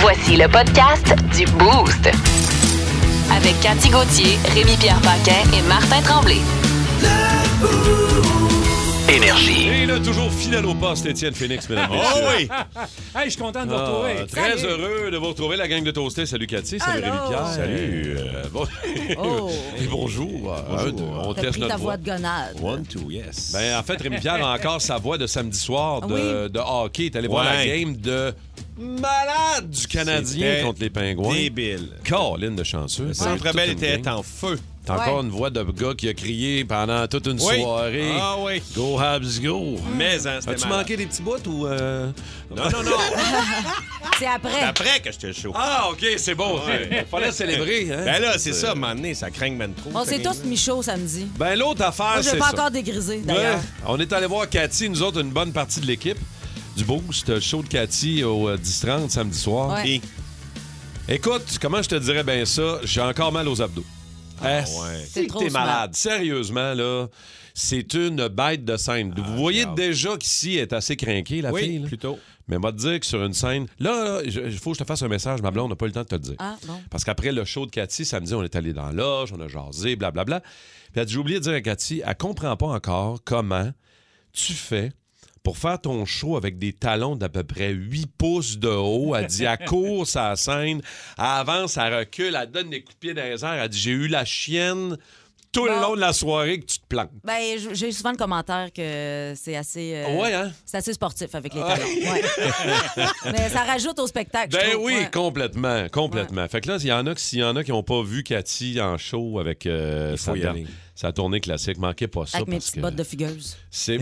Voici le podcast du Boost. Avec Cathy Gauthier, Rémi-Pierre Paquin et Martin Tremblay. Énergie. Et là, toujours fidèle au poste, Étienne Phoenix, mesdames et Oh messieurs. oui! Hey, je suis content de vous Ah, retrouver. très Salut. heureux de vous retrouver, la gang de Toasté. Salut Cathy, salut Allô. Rémi-Pierre. Salut. euh, bon- Oh. Et bonjour. Un, deux, on T'as teste pris notre ta voix. voix de gonade. One, two, yes. Ben, en fait, Rémi-Pierre a encore sa voix de samedi soir de, Ah oui. de hockey. T'es allé voir la Ouais. game de malade du Canadien C'était contre les Pingouins. Débile. Caroline de chanceux. Le C'est centre toute belle une était game. en feu. T'as encore une voix de gars qui a crié pendant toute une Oui. soirée. Ah oui. Go Habs, go! Mais hein, As-tu c'était malade. manqué des petits bouts ou... euh, Non, non, non. C'est C'est après. après que j'étais chaud. Ah, OK, c'est bon. Ouais. Fallait célébrer. Hein? Ben là, c'est ça, à un moment donné, ça craint même trop. On ça, s'est quand tous mis chaud samedi. Ben, l'autre affaire, Moi, je c'est vais pas ça. encore dégriser, Ouais. d'ailleurs. On est allé voir Cathy, nous autres, une bonne partie de l'équipe du Boost, le show de Cathy au euh, 10-30 samedi soir. Ouais. même. Écoute, comment je te dirais bien ça, j'ai encore mal aux abdos. Ah, ouais. C'est trop T'es smart. malade. Sérieusement, là, c'est une bête de scène. Vous voyez regarde. déjà qu'ici, elle est assez crinquée, la fille. Oui, là. plutôt. Mais moi, te dire que sur une scène. Là, il faut que je te fasse un message, ma blonde, on n'a pas eu le temps de te le dire. Ah, non. Parce qu'après le show de Cathy, samedi, on est allé dans la loge, on a jasé, blablabla. Puis elle a dit, j'ai oublié de dire à Cathy, elle comprend pas encore comment tu fais pour faire ton show avec des talons d'à peu près 8 pouces de haut. Elle dit, elle court sa scène, elle avance, elle recule, elle donne des coups de pied dans les airs. Elle dit, j'ai eu la chienne tout le Bon. long de la soirée que tu te plantes. Ben, j- j'ai souvent le commentaire que c'est assez. euh, Ouais, hein? Ah C'est assez sportif avec les talons. Ouais. Mais ça rajoute au spectacle. je Ben trouve, oui, ouais. complètement, complètement. Fait que là, il y en a qui- s'il y en a qui n'ont pas vu Cathy en show avec euh, sa, faut y der- aller. sa tournée classique, manquez pas ça Avec mes parce petites que bottes de fugueuse. c'est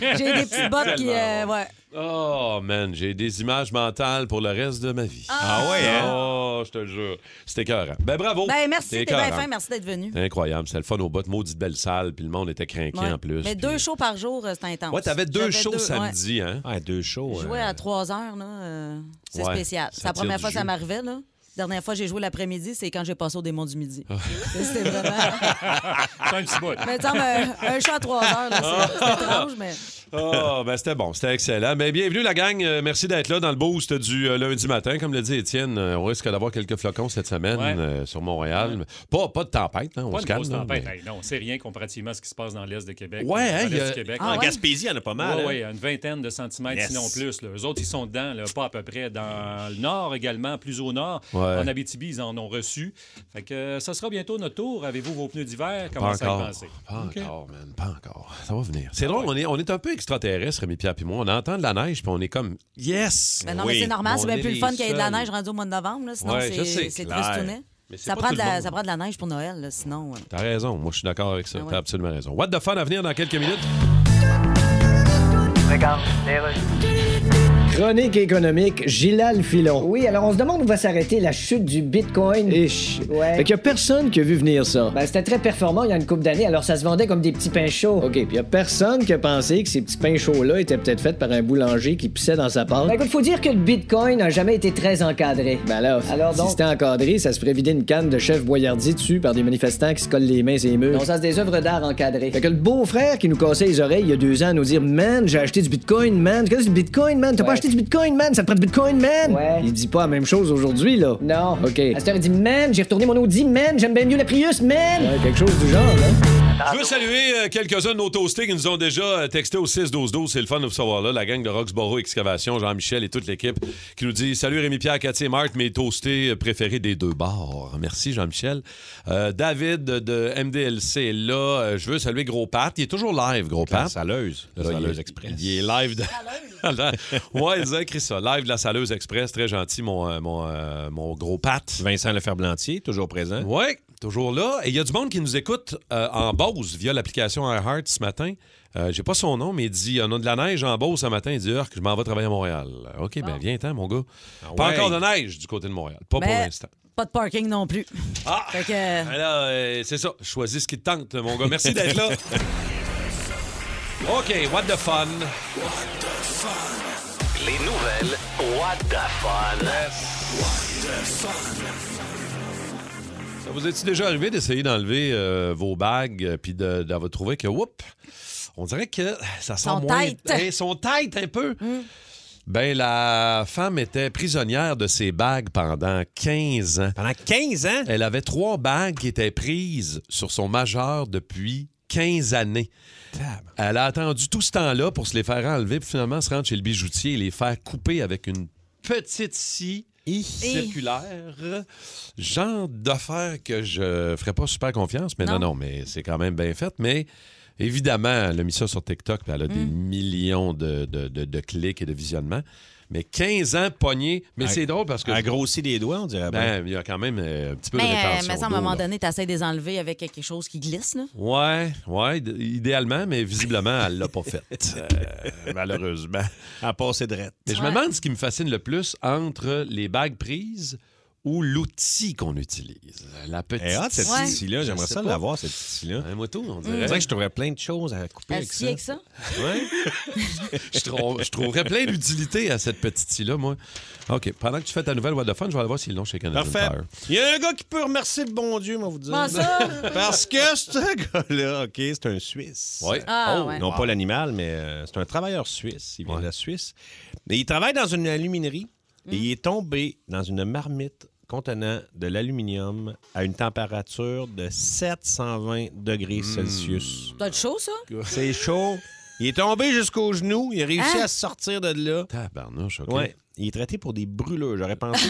J'ai des petites bottes qui. euh, ouais. Oh man, j'ai des images mentales pour le reste de ma vie. Ah ouais, hein? Oh, je te le jure, c'était écœurant. Ben bravo. Ben, merci, C'était t'es bien écœurant. fin. Merci d'être venu. C'était incroyable, c'était le fun au bout de maudite belle salle, puis le monde était craqué Ouais. en plus. puis- Mais deux shows par jour, euh, c'est intense. Ouais, t'avais deux J'avais shows ouais. samedi, hein. Ah, deux shows. Jouer hein. à 3 heures, là, euh, c'est Ouais, spécial. ça C'est la tire première du fois que ça jus. m'arrivait. Là. Dernière fois, j'ai joué l'après-midi, c'est quand j'ai passé au démon du midi. C'était vraiment. C'est un petit bout. Mais tu sais, un, un chat à 3 heures, là, c'est c'est étrange, mais. Ah, ben c'était bon, c'était excellent. Mais bienvenue la gang, Euh, merci d'être là dans le boost du euh, lundi matin. Comme le dit Étienne, euh, on risque d'avoir quelques flocons cette semaine Ouais. euh, sur Montréal. Pas, pas de tempête, hein, on Pas se de calme. grosse là, tempête. mais- Hey, non, c'est rien comparativement à ce qui se passe dans l'Est de Québec. Ouais, hein, dans il y a- l'Est du Québec. Ah là. ouais? En Gaspésie, il y en a pas mal. Ouais, hein. ouais, une vingtaine de centimètres, Yes. sinon plus. Les autres, ils sont dedans, là, pas à peu près. Dans le nord également, plus au nord. Ouais. En Abitibi, ils en ont reçu. Fait que euh, ça sera bientôt notre tour. Avez-vous vos pneus d'hiver? Pas Commencez à y encore. penser. Pas OK. encore, man. Pas encore. Ça va venir. C'est drôle, on, est, on est un peu extraterrestre, Rémi Pierre puis moi. On entend de la neige, puis on est comme Yes! Ben non, Oui, mais c'est normal, on c'est bien est plus le les fun qu'il y ait de la seuls. neige rendue au mois de novembre, là, sinon Ouais, je sais, c'est c'est clair. tristounet. Mais c'est Ça pas prend, tout de le la, monde. ça prend de la neige pour Noël, là, sinon. euh. T'as raison, moi je suis d'accord avec ça. Ah ouais. T'as absolument raison. What the fun à venir dans quelques minutes? Chronique économique, Gilal Filon. Oui, alors on se demande où va s'arrêter la chute du Bitcoin. Ish. Ouais. Fait qu'il y a personne qui a vu venir ça. Ben, c'était très performant il y a une couple d'années, alors ça se vendait comme des petits pains chauds. OK, puis il y a personne qui a pensé que ces petits pains chauds-là étaient peut-être faits par un boulanger qui pissait dans sa pâte. Ben écoute, faut dire que le Bitcoin n'a jamais été très encadré. Ben là, Alors si donc- c'était encadré, ça se ferait vider une canne de chef boyardier dessus par des manifestants qui se collent les mains et les murs. Non, ça c'est des œuvres d'art encadrées. Fait que le beau-frère qui nous cassait les oreilles il y a deux ans à nous dire Man, j'ai acheté du bitcoin, man. Tu connais du bitcoin, man? T'as pas Ouais. acheté du bitcoin, man? Ça te prend du bitcoin, man? Ouais. Il dit pas la même chose aujourd'hui, là. Non. OK. À cette heure, il dit Man, j'ai retourné mon Audi, man, j'aime bien mieux la Prius, man! Ouais, quelque chose du genre, là. Je veux saluer euh, quelques-uns de nos toastés qui nous ont déjà euh, texté au 6-12-12. C'est le fun de vous savoir là. La gang de Roxborough Excavation, Jean-Michel et toute l'équipe qui nous dit Salut Rémi-Pierre, Cathy et Marc, mes toastés euh, préférés des deux bars. Merci Jean-Michel. Euh, David de MDLC est là. Euh, Je veux saluer Gros Pat. Il est toujours live, Gros Pat. Saleuse. Là, il Saleuse est- express. Il est live de. ouais, ils ont écrit ça. Live de la Saleuse Express. Très gentil, mon, euh, mon, euh, mon Gros Pat. Vincent Leferblantier, toujours présent. Oui, toujours là. Et il y a du monde qui nous écoute euh, en Beauce via l'application iHeart ce matin. Euh, J'ai pas son nom, mais il dit On a de la neige en Beauce ce matin. Il dit Urk, je m'en vais travailler à Montréal. OK, ben viens-t'en, mon gars. Pas ouais. encore de neige du côté de Montréal. Pas pour Mais- l'instant. Pas de parking non plus. Ah! Fait que. euh, Alors, euh, c'est ça. Choisis ce qui te tente, mon gars. Merci d'être là. OK, what the fun. Les nouvelles. What the fun. Ça vous est-il déjà arrivé d'essayer d'enlever euh, vos bagues euh, puis de, d'avoir trouvé que, whoop, on dirait que ça sent Sont Mm. moins... Eh, tight. Hein, sont tight un peu. Ben, la femme était prisonnière de ses bagues pendant 15 ans. Pendant 15 ans? Elle avait trois bagues qui étaient prises sur son majeur depuis 15 années. Elle a attendu tout ce temps-là pour se les faire enlever, puis finalement se rendre chez le bijoutier et les faire couper avec une petite scie circulaire. Genre d'affaire que je ferais pas super confiance, mais non, non, Non. mais c'est quand même bien fait. Mais évidemment, elle a mis ça sur TikTok, puis elle a des Mm. millions de, de- de- de clics et de visionnements. Mais 15 ans pogné. Mais À- c'est drôle parce que. Elle grossit les doigts, on dirait. Ben, il y a quand même euh, un petit peu de Mais, euh, rétention mais ça, à un d'eau, moment là. donné, t'essayes de les enlever avec quelque chose qui glisse, là. Ouais, ouais, d- idéalement, mais visiblement, elle l'a pas faite. Euh, malheureusement. À passer de rette. Mais je me Ouais. demande ce qui me fascine le plus entre les bagues prises ou l'outil qu'on utilise. La petite. Eh, ah, cette Ouais. petite là Je j'aimerais sais ça pas. l'avoir, cette petite là Un moto, on C'est dirait. vrai que je trouverais plein de choses à couper avec Assis ça. Ah, avec ça? Ouais. Je, trou- je trouverais plein d'utilité à cette petite scie-là, moi. OK. Pendant que tu fais ta nouvelle What the Fun, je vais aller voir s'ils l'ont chez Canada Parfait. Tire. Il y a un gars qui peut remercier le bon Dieu, moi vous dire. Comment ça? Parce que ce gars-là, OK, c'est un Suisse. Ouais. Ah, ouais. Oh, Non pas l'animal, mais euh, c'est un travailleur suisse. Il vient Ouais. de la Suisse. Mais il travaille dans une aluminerie Hmm. et il est tombé dans une marmite contenant de l'aluminium à une température de 720 degrés Celsius. T'as de chaud, ça? C'est chaud. Il est tombé jusqu'aux genoux. Il a réussi Hein? à se sortir de là. Tabarnouche, OK. Ouais. Il est traité pour des brûleurs. J'aurais pensé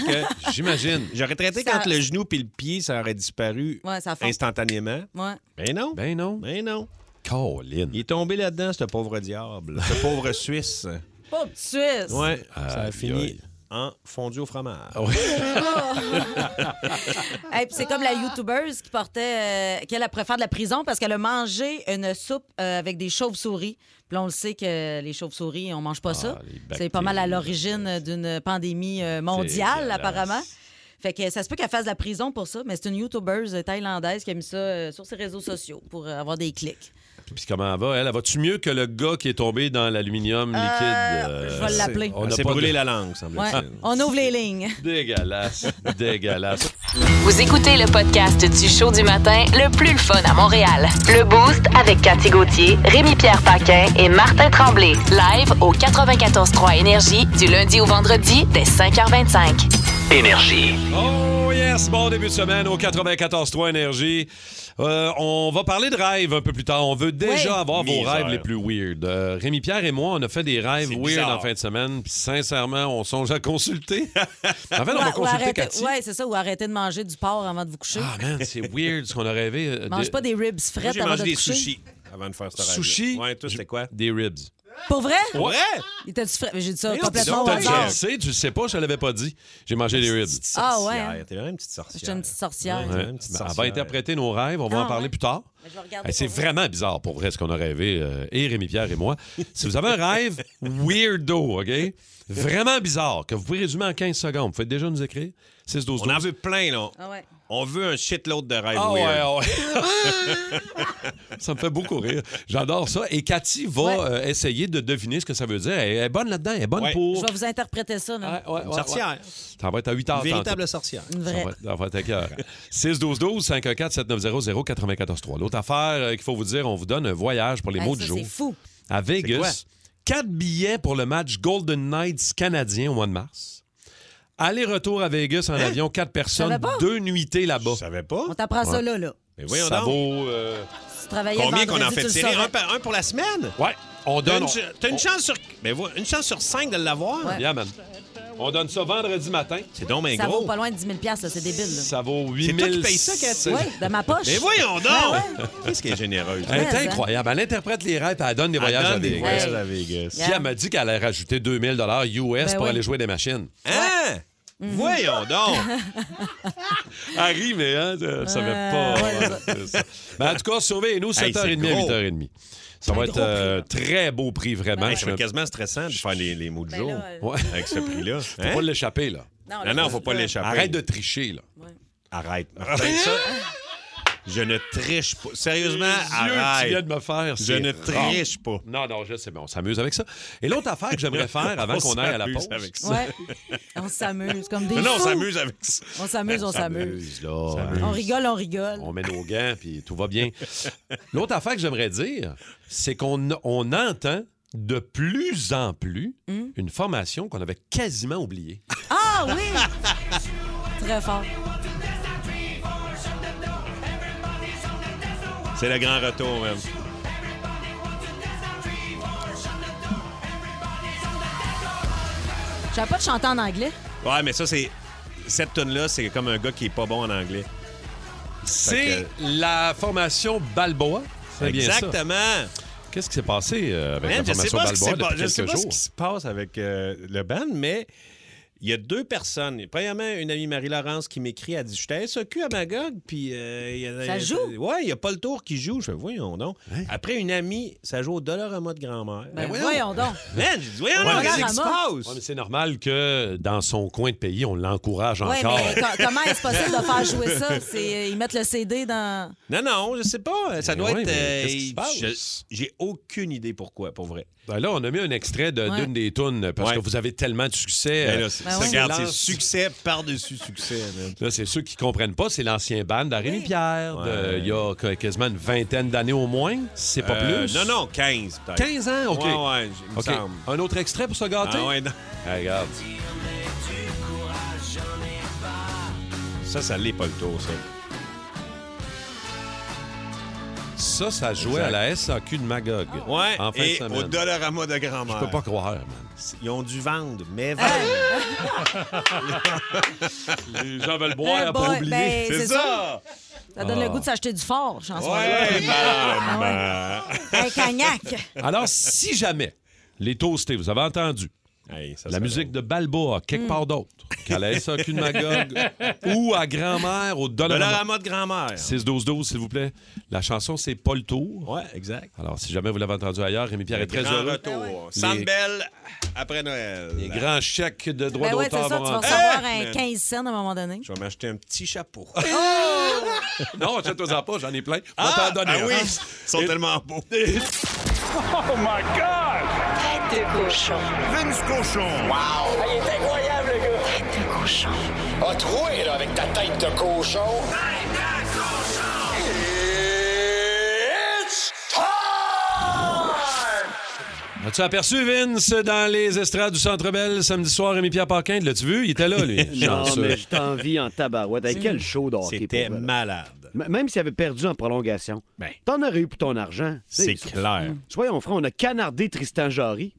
que... J'imagine. J'aurais traité Ça- quand le genou puis le pied, ça aurait disparu Ouais, ça fond. instantanément. Ouais. Ben non. Ben non. Ben non. Colin. Il est tombé là-dedans, ce pauvre diable. Ce pauvre Suisse. Pas de Suisse! Ouais. ça a Aïe, fini aïe. Ah en fondu au fromage. Hey, puis c'est comme la youtubeuse qui portait euh, qu'elle elle préfère de la prison parce qu'elle a mangé une soupe euh, avec des chauves-souris. Puis là, on le sait que Euh, les chauves-souris, on mange pas ça. Ah, les C'est pas mal à bactéries, l'origine d'une pandémie euh, mondiale, dégueulasse. apparemment. Fait que ça se peut qu'elle fasse de la prison pour ça, mais c'est une youtubeuse thaïlandaise qui a mis ça euh, sur ses réseaux sociaux pour euh, avoir des clics. Puis comment elle va? Elle, elle va-tu mieux que le gars qui est tombé dans l'aluminium liquide? Euh, je vais c'est- l'appeler. On On n'a s'est pas brûlé de- la langue, Ouais. semble-t-il. On ouvre les lignes. Dégueulasse. Dégueulasse. Vous écoutez le podcast du show du matin le plus le fun à Montréal. Le Boost avec Cathy Gauthier, Rémi-Pierre Paquin et Martin Tremblay. Live au 94.3 Énergie du lundi au vendredi dès 5h25. Énergie. Oh yes! Bon début de semaine au 94.3 Énergie. Euh, on va parler de rêves un peu plus tard. On veut déjà Ouais. avoir vos Misère. rêves les plus weird. Euh, Rémi-Pierre et moi, on a fait des rêves C'est weird bizarre. en fin de semaine. Puis sincèrement, on songe à consulter. en fait, on Ou- va ou consulter arrêtez- Cathy. ouais, c'est ça, ou arrêtez de manger du porc avant de vous coucher. Ah man, c'est weird ce qu'on a rêvé. Euh, Mange de- pas des ribs Moi, frites j'ai avant de mangé te des coucher. sushis avant de faire ce rêve. Sushi? Ouais, toi, c'était quoi? Des ribs. Pour vrai? Ouais! Il t'a-tu fra- J'ai dit ça Mais non, complètement au donc, T'as ouais. déjà hasard. le sais, tu le sais pas, je te l'avais pas dit. J'ai mangé des ribs. Ah, ouais, hein? T'es vraiment une petite sorcière. Je suis une petite sorcière. Ouais. Une petite Ben, on va sorcière. interpréter nos rêves, on va Ah, en parler ouais. plus tard. Mais je vais regarder Hey, c'est pour vous. vraiment bizarre pour vrai ce qu'on a rêvé, euh, et Rémi-Pierre et moi. Si vous avez un rêve weirdo, OK? Vraiment bizarre, que vous pouvez résumer en 15 secondes, vous pouvez déjà nous écrire 6 12 On en veut plein, là. Ah ouais. On veut un shitload de rêves Ah ouais, weird. ah ouais. ça me fait beaucoup rire. J'adore ça. Et Cathy va Ouais. euh, essayer de deviner ce que ça veut dire. Elle est bonne là-dedans, elle est bonne Ouais. pour... Je vais vous interpréter ça. là. Ouais, ouais, Une ouais, sorcière. Ah, ouais. Ça va être à 8 heures. Une tantôt. véritable sorcière. Une vraie. Ça va être écœurant. 6 12 12 514 7900 94 3. L'autre affaire euh, qu'il faut vous dire, on vous donne un voyage pour les Hey, mots Ben, ça, du jour C'est fou. à quoi? Vegas. Quatre billets pour le match Golden Knights canadien au mois de mars. Aller-retour à Vegas en avion, quatre personnes, Hein? savais pas. deux nuitées là-bas. Je savais pas. On t'apprend ça là, là. Mais voyons Ça donc. vaut. euh, Si tu travaillais Combien qu'on en vendredi, fait tu le tirer? saurais. Un, par- un pour la semaine? Ouais, on T'as donne. une, on- ch- t'as une chance sur... Mais voilà, une chance sur cinq de l'avoir? Ouais. Yeah, man. On donne ça vendredi matin. C'est donc bien Ça gros. vaut pas loin de 10 000 là, c'est débile. là. Ça vaut 8 C'est toi qui payes ça, Cathy? Ouais, de ma poche. Ah Mais voyons donc! Ouais, Qu'est-ce qui est généreux? Elle est Mais, hein. incroyable. Elle interprète les rêves et elle donne des voyages à Vegas. voyages. Ouais. Vegas. Puis elle m'a dit qu'elle allait rajouter 2000 US Ben pour oui. aller jouer des machines. Hein? Mm-hmm. Voyons donc! Harry, mais hein, ça ça va pas. ouais, C'est ça. Ben, en tout cas, surveillez-nous Hey, 7h30 c'est gros. à 8h30. Ça va être euh, très beau prix, vraiment. Hey, Je je suis me- quasiment stressant de faire les, les mots de Ben jour là, euh, Ouais. avec ce prix-là. Faut pas Hein? l'échapper, là. Non, non, faut pas là, l'échapper. Arrête de tricher, là. Arrête. Martin, ça, je ne triche pas. Sérieusement, Dieu, tu viens arrête. de me faire. Je c'est ne rare. triche pas. Non, non, je sais, mais on s'amuse avec ça. Et l'autre affaire que j'aimerais faire avant On qu'on aille à la s'amuse pause. avec ça. Ouais. On s'amuse comme des Non, non, on fous. s'amuse avec ça. On s'amuse, on s'amuse. là. On rigole, on rigole. On met nos gants, puis tout va bien. L'autre affaire que j'aimerais dire, c'est qu'on on entend de plus en plus Hmm? une formation qu'on avait quasiment oubliée. Ah oui! Très fort. C'est le grand retour, même. J'avais pas de chanter en anglais. Ouais, mais ça, c'est. Cette tune-là, c'est comme un gars qui est pas bon en anglais. C'est la formation Balboa. C'est bien ça. Exactement. Qu'est-ce qui s'est passé euh, avec Man, la je sais formation pas, ce Balboa qui, s'est pas- depuis je sais quelques pas ce jours? qui se passe avec euh, le band, mais il y a deux personnes. Premièrement, une amie Marie-Laurence qui m'écrit, elle dit J'étais SOQ à Magog, puis. euh, il y a- Ça joue? Ouais, il y a pas le tour qui joue. Je fais Voyons donc. Après, une amie, ça joue au Dollarama de grand-mère. Ben, voyons. voyons donc. Man, je dis Voyons donc, qu'est-ce qui se Dollarama. Ouais, mais passe c'est normal que dans son coin de pays, on l'encourage Oui, encore. mais co- comment est-ce possible de faire jouer ça? C'est, euh, ils mettent le CD dans. Non, non, je sais pas. Ça Mais doit ouais, être. mais qu'est-ce qui se je- passe? J'ai aucune idée pourquoi, pour vrai. Ben là, on a mis un extrait de- d'une Ouais. des tunes parce Ouais. que vous avez tellement de succès. Ben Euh, là, c'est- Ben ouais. Regarde, C'est c'est lance- succès par-dessus succès. man. Là, c'est ceux qui comprennent pas, c'est l'ancien band de Rémi Pierre, de- Ouais. il y a qu- quasiment une vingtaine d'années au moins, c'est pas Euh, plus. Non, non, 15 peut-être. 15 ans, OK. Ouais, ouais, il me OK. semble. Un autre extrait pour se gâter? Ah, ouais, non. Ah, regarde. Ça, ça l'est pas le tour, ça. Ça, ça jouait Exact. à la SAQ de Magog. Ah. Ouais, En fin de et semaine. au Dollarama de grand-mère. Je peux pas croire, man. Ils ont dû vendre, mais vendre. Les gens veulent boire Eh pour boy, oublier. ben, c'est c'est ça! Ah. Ça donne le goût de s'acheter du fort, chanson. Ouais, Ah, maman! Un cognac. Euh, Alors, si jamais les toastés, vous avez entendu, Hey, ça, la ça musique donne. de Balboa, quelque Mm. part d'autre, qu'à la SAQ de Magog ou à grand-mère au Dollarama. Dollarama de grand-mère. 6-12-12, s'il vous plaît. La chanson, c'est Pas le tour. Ouais, exact. Alors, si jamais vous l'avez entendu ailleurs, Rémi Pierre est très Grand heureux. Ah Ben retour. Les- Sandbell, après Noël. Les grands chèques de droits Ben ouais, c'est ça, d'auteur tu vas vont rentrer. recevoir un Hey, Oh! man. 15 cents à un moment donné. Eh, Je vais m'acheter un petit chapeau. Non, achète-toi-en pas, j'en ai plein. On va Ah, t'en donner ah un. oui! Ils sont tellement beaux. Tête de cochon. Vince Cochon. Ah, il est incroyable, le gars. Tête de cochon. A troué, là, avec ta tête de cochon. It's time! As-tu aperçu Vince dans les estrades du Centre Bell samedi soir, Rémi-Pierre Paquin? L'as-tu vu? Il était là, lui. Non, Chanceux. mais je t'envie en tabarouette. Hey, quel show d'hockey. C'était pour vrai. malade. M- Même s'il avait perdu en prolongation, Ben. t'en aurais eu pour ton argent. C'est Tu sais, clair. Soyons francs, on a canardé Tristan Jarry.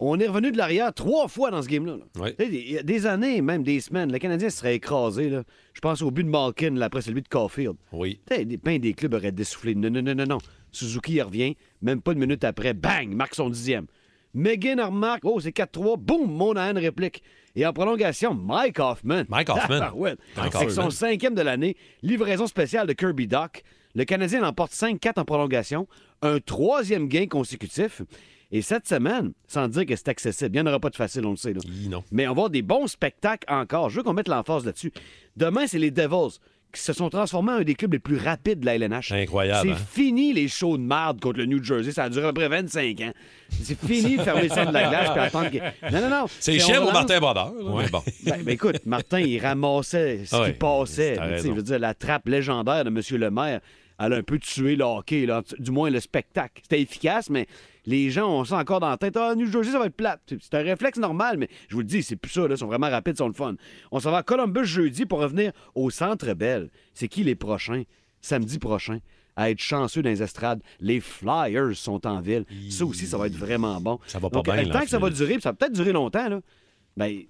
On est revenu de l'arrière trois fois dans ce game-là. là. Ouais. Tu sais, Il y a des années, même des semaines, le Canadien se serait écrasé. là. Je pense au but de Malkin, là, après celui de Caulfield. Oui. Tu sais, Des, ben des clubs auraient dessoufflé. Non, non, non, non, non. Suzuki il revient, même pas une minute après, bang, marque son dixième. McGinn remarque, oh, c'est 4-3, boum, Monahan réplique. Et en prolongation, Mike Hoffman. Mike Hoffman. Tabarouette. Mike Avec Hoffman. son cinquième de l'année, livraison spéciale de Kirby Doc. Le Canadien l'emporte 5-4 en prolongation, un troisième gain consécutif. Et cette semaine, sans dire que c'est accessible, il n'y en aura pas de facile, on le sait. là. Hi, non. Mais on va avoir des bons spectacles encore. Je veux qu'on mette l'emphase là-dessus. Demain, c'est les Devils qui se sont transformés en un des clubs les plus rapides de la LNH. Incroyable, C'est hein? fini les shows de marde contre le New Jersey. Ça a duré à peu près 25 ans. C'est fini de fermer le centre de la glace puis attendre que... Non, non, non. C'est C'est- chiant pour on relance- Martin Brodeur. là, mais bon. ben, ben, écoute, Martin, il ramassait ce Ah ouais, qui passait. t'as Tu sais, raison. Je veux dire, la trappe légendaire de M. le maire, elle a un peu tué le hockey, là, du moins le spectacle. C'était efficace, mais les gens ont ça encore dans la tête. Ah, New Jersey, ça va être plate. C'est un réflexe normal, mais je vous le dis, c'est plus ça. Là, ils sont vraiment rapides, ils sont le fun. On s'en va à Columbus jeudi pour revenir au Centre Bell. C'est qui les prochains? Samedi prochain. À être chanceux dans les estrades, les Flyers sont en ville. Ça aussi, ça va être vraiment bon. Ça va pas bien, Le là, temps que ça va finalement. durer, puis ça va peut-être durer longtemps, là, ben,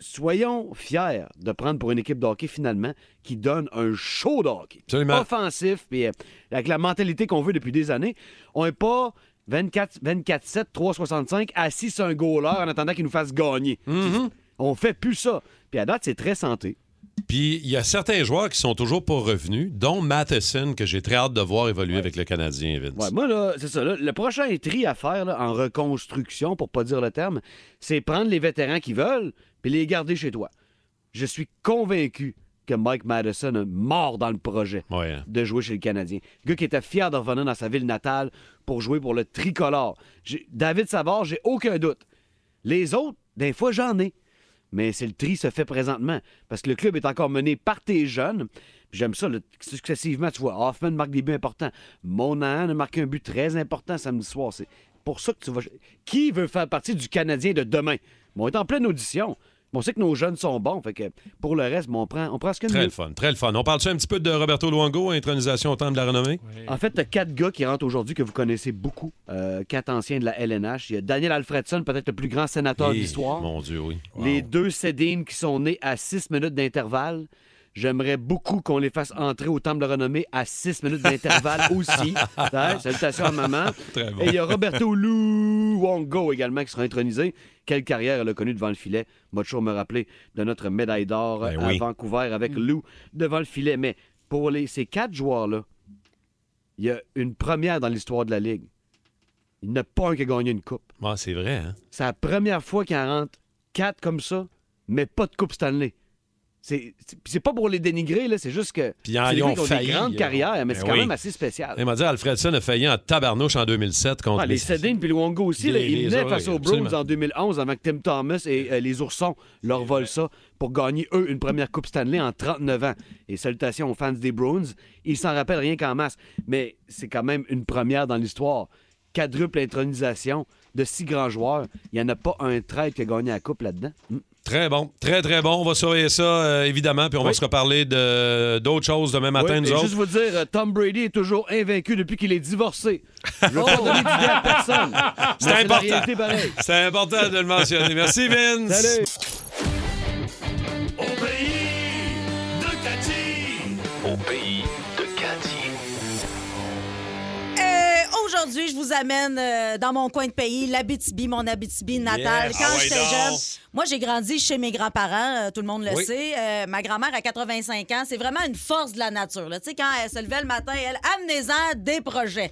soyons fiers de prendre pour une équipe de hockey, finalement, qui donne un show de hockey. Absolument. Offensif, puis euh, avec la mentalité qu'on veut depuis des années. On n'est pas 24 24-7, 365, assis sur un goaler en attendant qu'il nous fasse gagner. On fait plus ça. Puis à date, c'est très santé. Puis il y a certains joueurs qui sont toujours pas revenus, dont Matheson, que j'ai très hâte de voir évoluer avec le Canadien, Vince. Ouais, moi, là, c'est ça. là, le prochain tri à faire là, en reconstruction, pour pas dire le terme, c'est prendre les vétérans qui veulent puis les garder chez toi. Je suis convaincu que Mike Madison est mort dans le projet Ouais, hein. de jouer chez le Canadien. Le gars qui était fier de revenir dans sa ville natale pour jouer pour le tricolore. J'ai- David Savard, j'ai aucun doute. Les autres, des fois, j'en ai. Mais c'est le tri se fait présentement parce que le club est encore mené par tes jeunes. Puis J'aime ça, le- successivement, tu vois, Hoffman marque des buts importants. Monahan a marqué un but très important samedi soir. C'est pour ça que tu vas. Qui veut faire partie du Canadien de demain? Bon, on est en pleine audition. Bon, on sait que nos jeunes sont bons. Fait que pour le reste, bon, on prend, on prend ce que Très nous. le fun, très le fun. On parle-tu un petit peu de Roberto Luongo, intronisation au temple de la renommée? En fait, t'as quatre gars qui rentrent aujourd'hui que vous connaissez beaucoup. Euh, quatre anciens de la LNH. Il y a Daniel Alfredson, peut-être le plus grand sénateur de Eh, l'histoire. Mon Dieu, oui. Les deux Cédines qui sont nés à six minutes d'intervalle. J'aimerais beaucoup qu'on les fasse entrer au temple de la renommée à six minutes d'intervalle aussi. Hein? Salutations à maman. Très bon. Et il y a Roberto Luongo également qui sera intronisé. Quelle carrière elle a connue devant le filet. Moi, toujours me rappeler de notre médaille d'or Ben à oui. Vancouver avec Mm. Lou devant le filet. Mais pour les, ces quatre joueurs-là, il y a une première dans l'histoire de la Ligue. Il n'y en a pas un qui a gagné une coupe. Ah, c'est vrai, hein? C'est la première fois qu'il en rentre quatre comme ça, mais pas de Coupe Stanley. C'est c'est- puis c'est pas pour les dénigrer, là, c'est juste que Puis ils en c'est des ont gars qui failli, des grandes là. carrières, mais c'est Ben quand oui. même assez spécial. Il m'a dit, Alfredson a failli en tabarnouche en 2007 contre Ah, les Sedin puis Luongo aussi, Des- là, ils des- venaient oui, face aux absolument. Bruins en 2011 avant que Tim Thomas et euh, les Oursons leur volent ça pour gagner, eux, une première Coupe Stanley en 39 ans. Et salutations aux fans des Bruins. Ils s'en rappellent rien qu'en masse, mais c'est quand même une première dans l'histoire. Quadruple intronisation de six grands joueurs. Il n'y en a pas un traître qui a gagné la Coupe là-dedans. Hmm. Très bon, très très bon. On va surveiller ça, euh, évidemment, puis on va se reparler de- d'autres choses demain matin, Ouais, nous et autres. juste vous dire, euh, Tom Brady est toujours invaincu depuis qu'il est divorcé. Je ne veux pas donner d'idée à personne. C'est mais la important. réalité pareille. C'est important de le mentionner. Merci, Vince. Salut. Au pays de Cathy. Au pays de Cathy. Euh, Aujourd'hui, je vous amène euh, dans mon coin de pays, l'Abitibi, mon Abitibi natal. Yes. Quand Ah ouais, j'étais donc. jeune, moi, j'ai grandi chez mes grands-parents, euh, tout le monde le Oui. sait. Euh, ma grand-mère a 85 ans, c'est vraiment une force de la nature. là. Tu sais, quand elle se levait le matin, elle amenez-en des projets.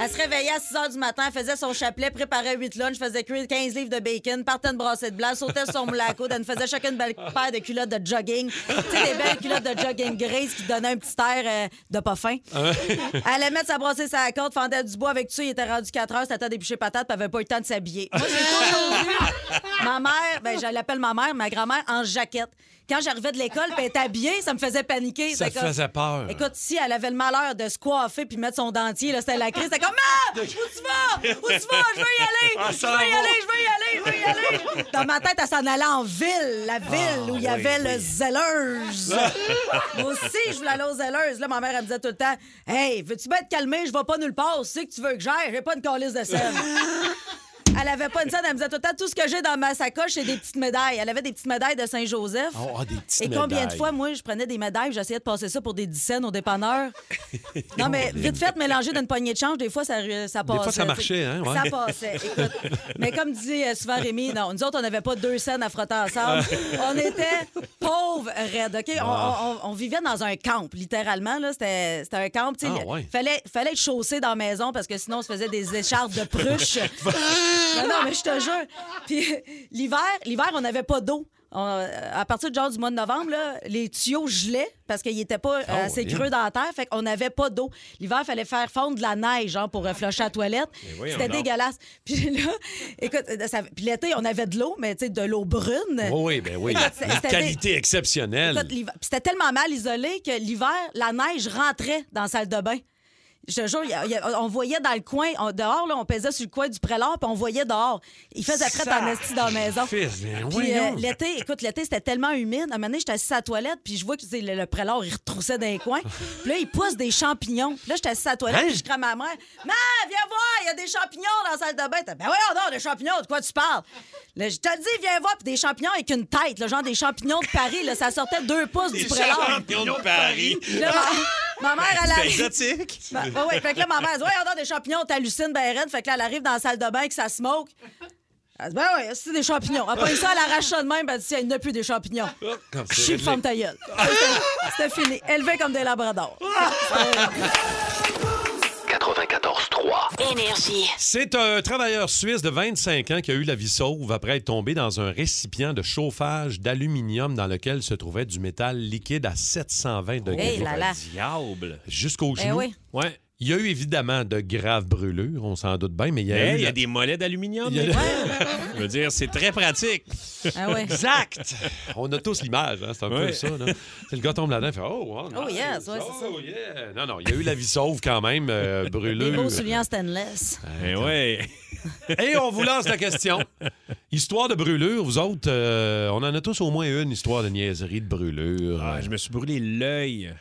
elle se réveillait à 6 h du matin, elle faisait son chapelet, préparait 8 lunchs, faisait cuire 15 livres de bacon, partait une brassée de blanc, sautait son moulin à coude, elle nous faisait chacune une belle paire de culottes de jogging. Tu sais, des belles culottes de jogging grises qui donnaient un petit air euh, de pas fin. Ah Elle allait mettre sa brassée sur la corde, fendait du bois avec ça, il était rendu 4 heures, c'était des bûchées patates, puis elle avait pas eu le temps de s'habiller. Moi, j'ai toujours vu ma mère, ben, je l'appelle ma mère, ma grand-mère en jaquette. Quand j'arrivais de l'école, puis elle était habillée, ça me faisait paniquer. Ça C'était te faisait peur. Écoute, si elle avait le malheur de se coiffer puis mettre son dentier, là, c'était la crise. C'était comme Ah! Maman, où tu vas? Où tu vas? Je veux y Ah, aller! Je ça veux y va. aller! Je veux y aller! Je veux y aller! Dans ma tête, elle s'en allait en ville, Ah, la ville où il oui, y avait le oui. zèleuse. Moi aussi, je voulais aller aux zèleuses. Là, ma mère, elle me disait tout le temps Hey, veux-tu bien te calmer? Je vais pas nulle part. C'est que tu veux que j'aille. J'ai pas une calice de scène. Elle avait pas une scène, elle me disait tout le temps tout ce que j'ai dans ma sacoche, c'est des petites médailles. Elle avait des petites médailles de Saint-Joseph. Oh, ah, des petites Et combien de médailles. fois, moi, je prenais des médailles, j'essayais de passer ça pour des 10 cents aux dépanneurs. Non, mais vite fait, mélanger d'une poignée de change, des fois, ça, euh, ça Des passait. fois, ça marchait, hein, ouais. Ça passait. Écoute, mais comme dit euh, souvent Rémi, non, nous autres, on n'avait pas deux scènes à frotter ensemble. on était pauvres raides, OK? On- Ah. On, on vivait dans un camp, littéralement. là. C'était c'était un camp. tu sais, Ah, ouais. fallait, fallait être chaussé dans la maison parce que sinon, on se faisait des écharpes de pruche. non, non, mais je te jure. Puis l'hiver, l'hiver, on n'avait pas d'eau. On- euh, à partir du genre du mois de novembre, là, les tuyaux gelaient parce qu'ils n'étaient pas euh, Oh, assez yeah. creux dans la terre. Fait qu'on n'avait pas d'eau. L'hiver, il fallait faire fondre de la neige genre, pour euh, flusher la toilette. Mais voyons C'était donc. dégueulasse. Puis là, écoute, euh, ça- puis l'été, on avait de l'eau, mais tu sais, de l'eau brune. Oui, oui, ben oui. Écoute, Une c'était- qualité exceptionnelle. Écoute, l'hiver- puis c'était tellement mal isolé que l'hiver, la neige rentrait dans la salle de bain. Je te jure, il y a- il y a- on voyait dans le coin, on- dehors, là, on pesait sur le coin du prélard, puis on voyait dehors. Il faisait fret en esti dans la maison. Fils, mais Puis voyons. euh, l'été, écoute, l'été, c'était tellement humide. À un moment donné, j'étais assise à la toilette, puis je vois que tu sais, le, le prélard, il retroussait dans les coins. Puis là, il pousse des champignons. Puis là, j'étais assise à la toilette, Hein? puis je crie à ma mère Ma, viens voir, il y a des champignons dans la salle de bain. Ben voyons donc, des champignons, de quoi tu parles Là, Je te le dis, viens voir, puis des champignons avec une tête, le genre des champignons de Paris, là, ça sortait deux pouces du prélard. de Paris. Puis là, ma, ma mère, elle C'est arrive. exotique. Ma- Bah, ouais, ouais, fait que là, ma mère, elle dit Ouais, regarde, des champignons, t'hallucines, ben raide. Fait que là, elle arrive dans la salle de bain, que ça smoke. Elle dit Ben ouais, c'est des champignons. Après ça, elle arrache ça de même, ben, elle dit Tiens, il n'y a plus des champignons. Comme c'est Chie, réglé. ferme ta gueule. C'était- C'était fini. Élevé comme des labradors. Énergie. C'est un travailleur suisse de 25 ans qui a eu la vie sauve après être tombé dans un récipient de chauffage d'aluminium dans lequel se trouvait du métal liquide à 720 degrés. Eh là là. Diable! Jusqu'au Eh genou. oui. Ouais. Il y a eu évidemment de graves brûlures, on s'en doute bien, mais il y a Mais eu il y la- a des mollets d'aluminium. Il y a- des fois. Je veux dire, c'est très pratique. Ah ouais. Exact. On a tous l'image, hein, c'est un peu Ouais. ça. là. C'est Le gars tombe là-dedans, il fait Oh, oh, Oh, nice. yes, ouais, c'est ça. Oh, yeah. Non, non, il y a eu la vie sauve quand même, euh, Des brûlure. beaux souliers en stainless. Eh ouais. Et on vous lance la question. Histoire de brûlure, vous autres, euh, on en a tous au moins une histoire de niaiserie de brûlure. Ah, je me suis brûlé l'œil.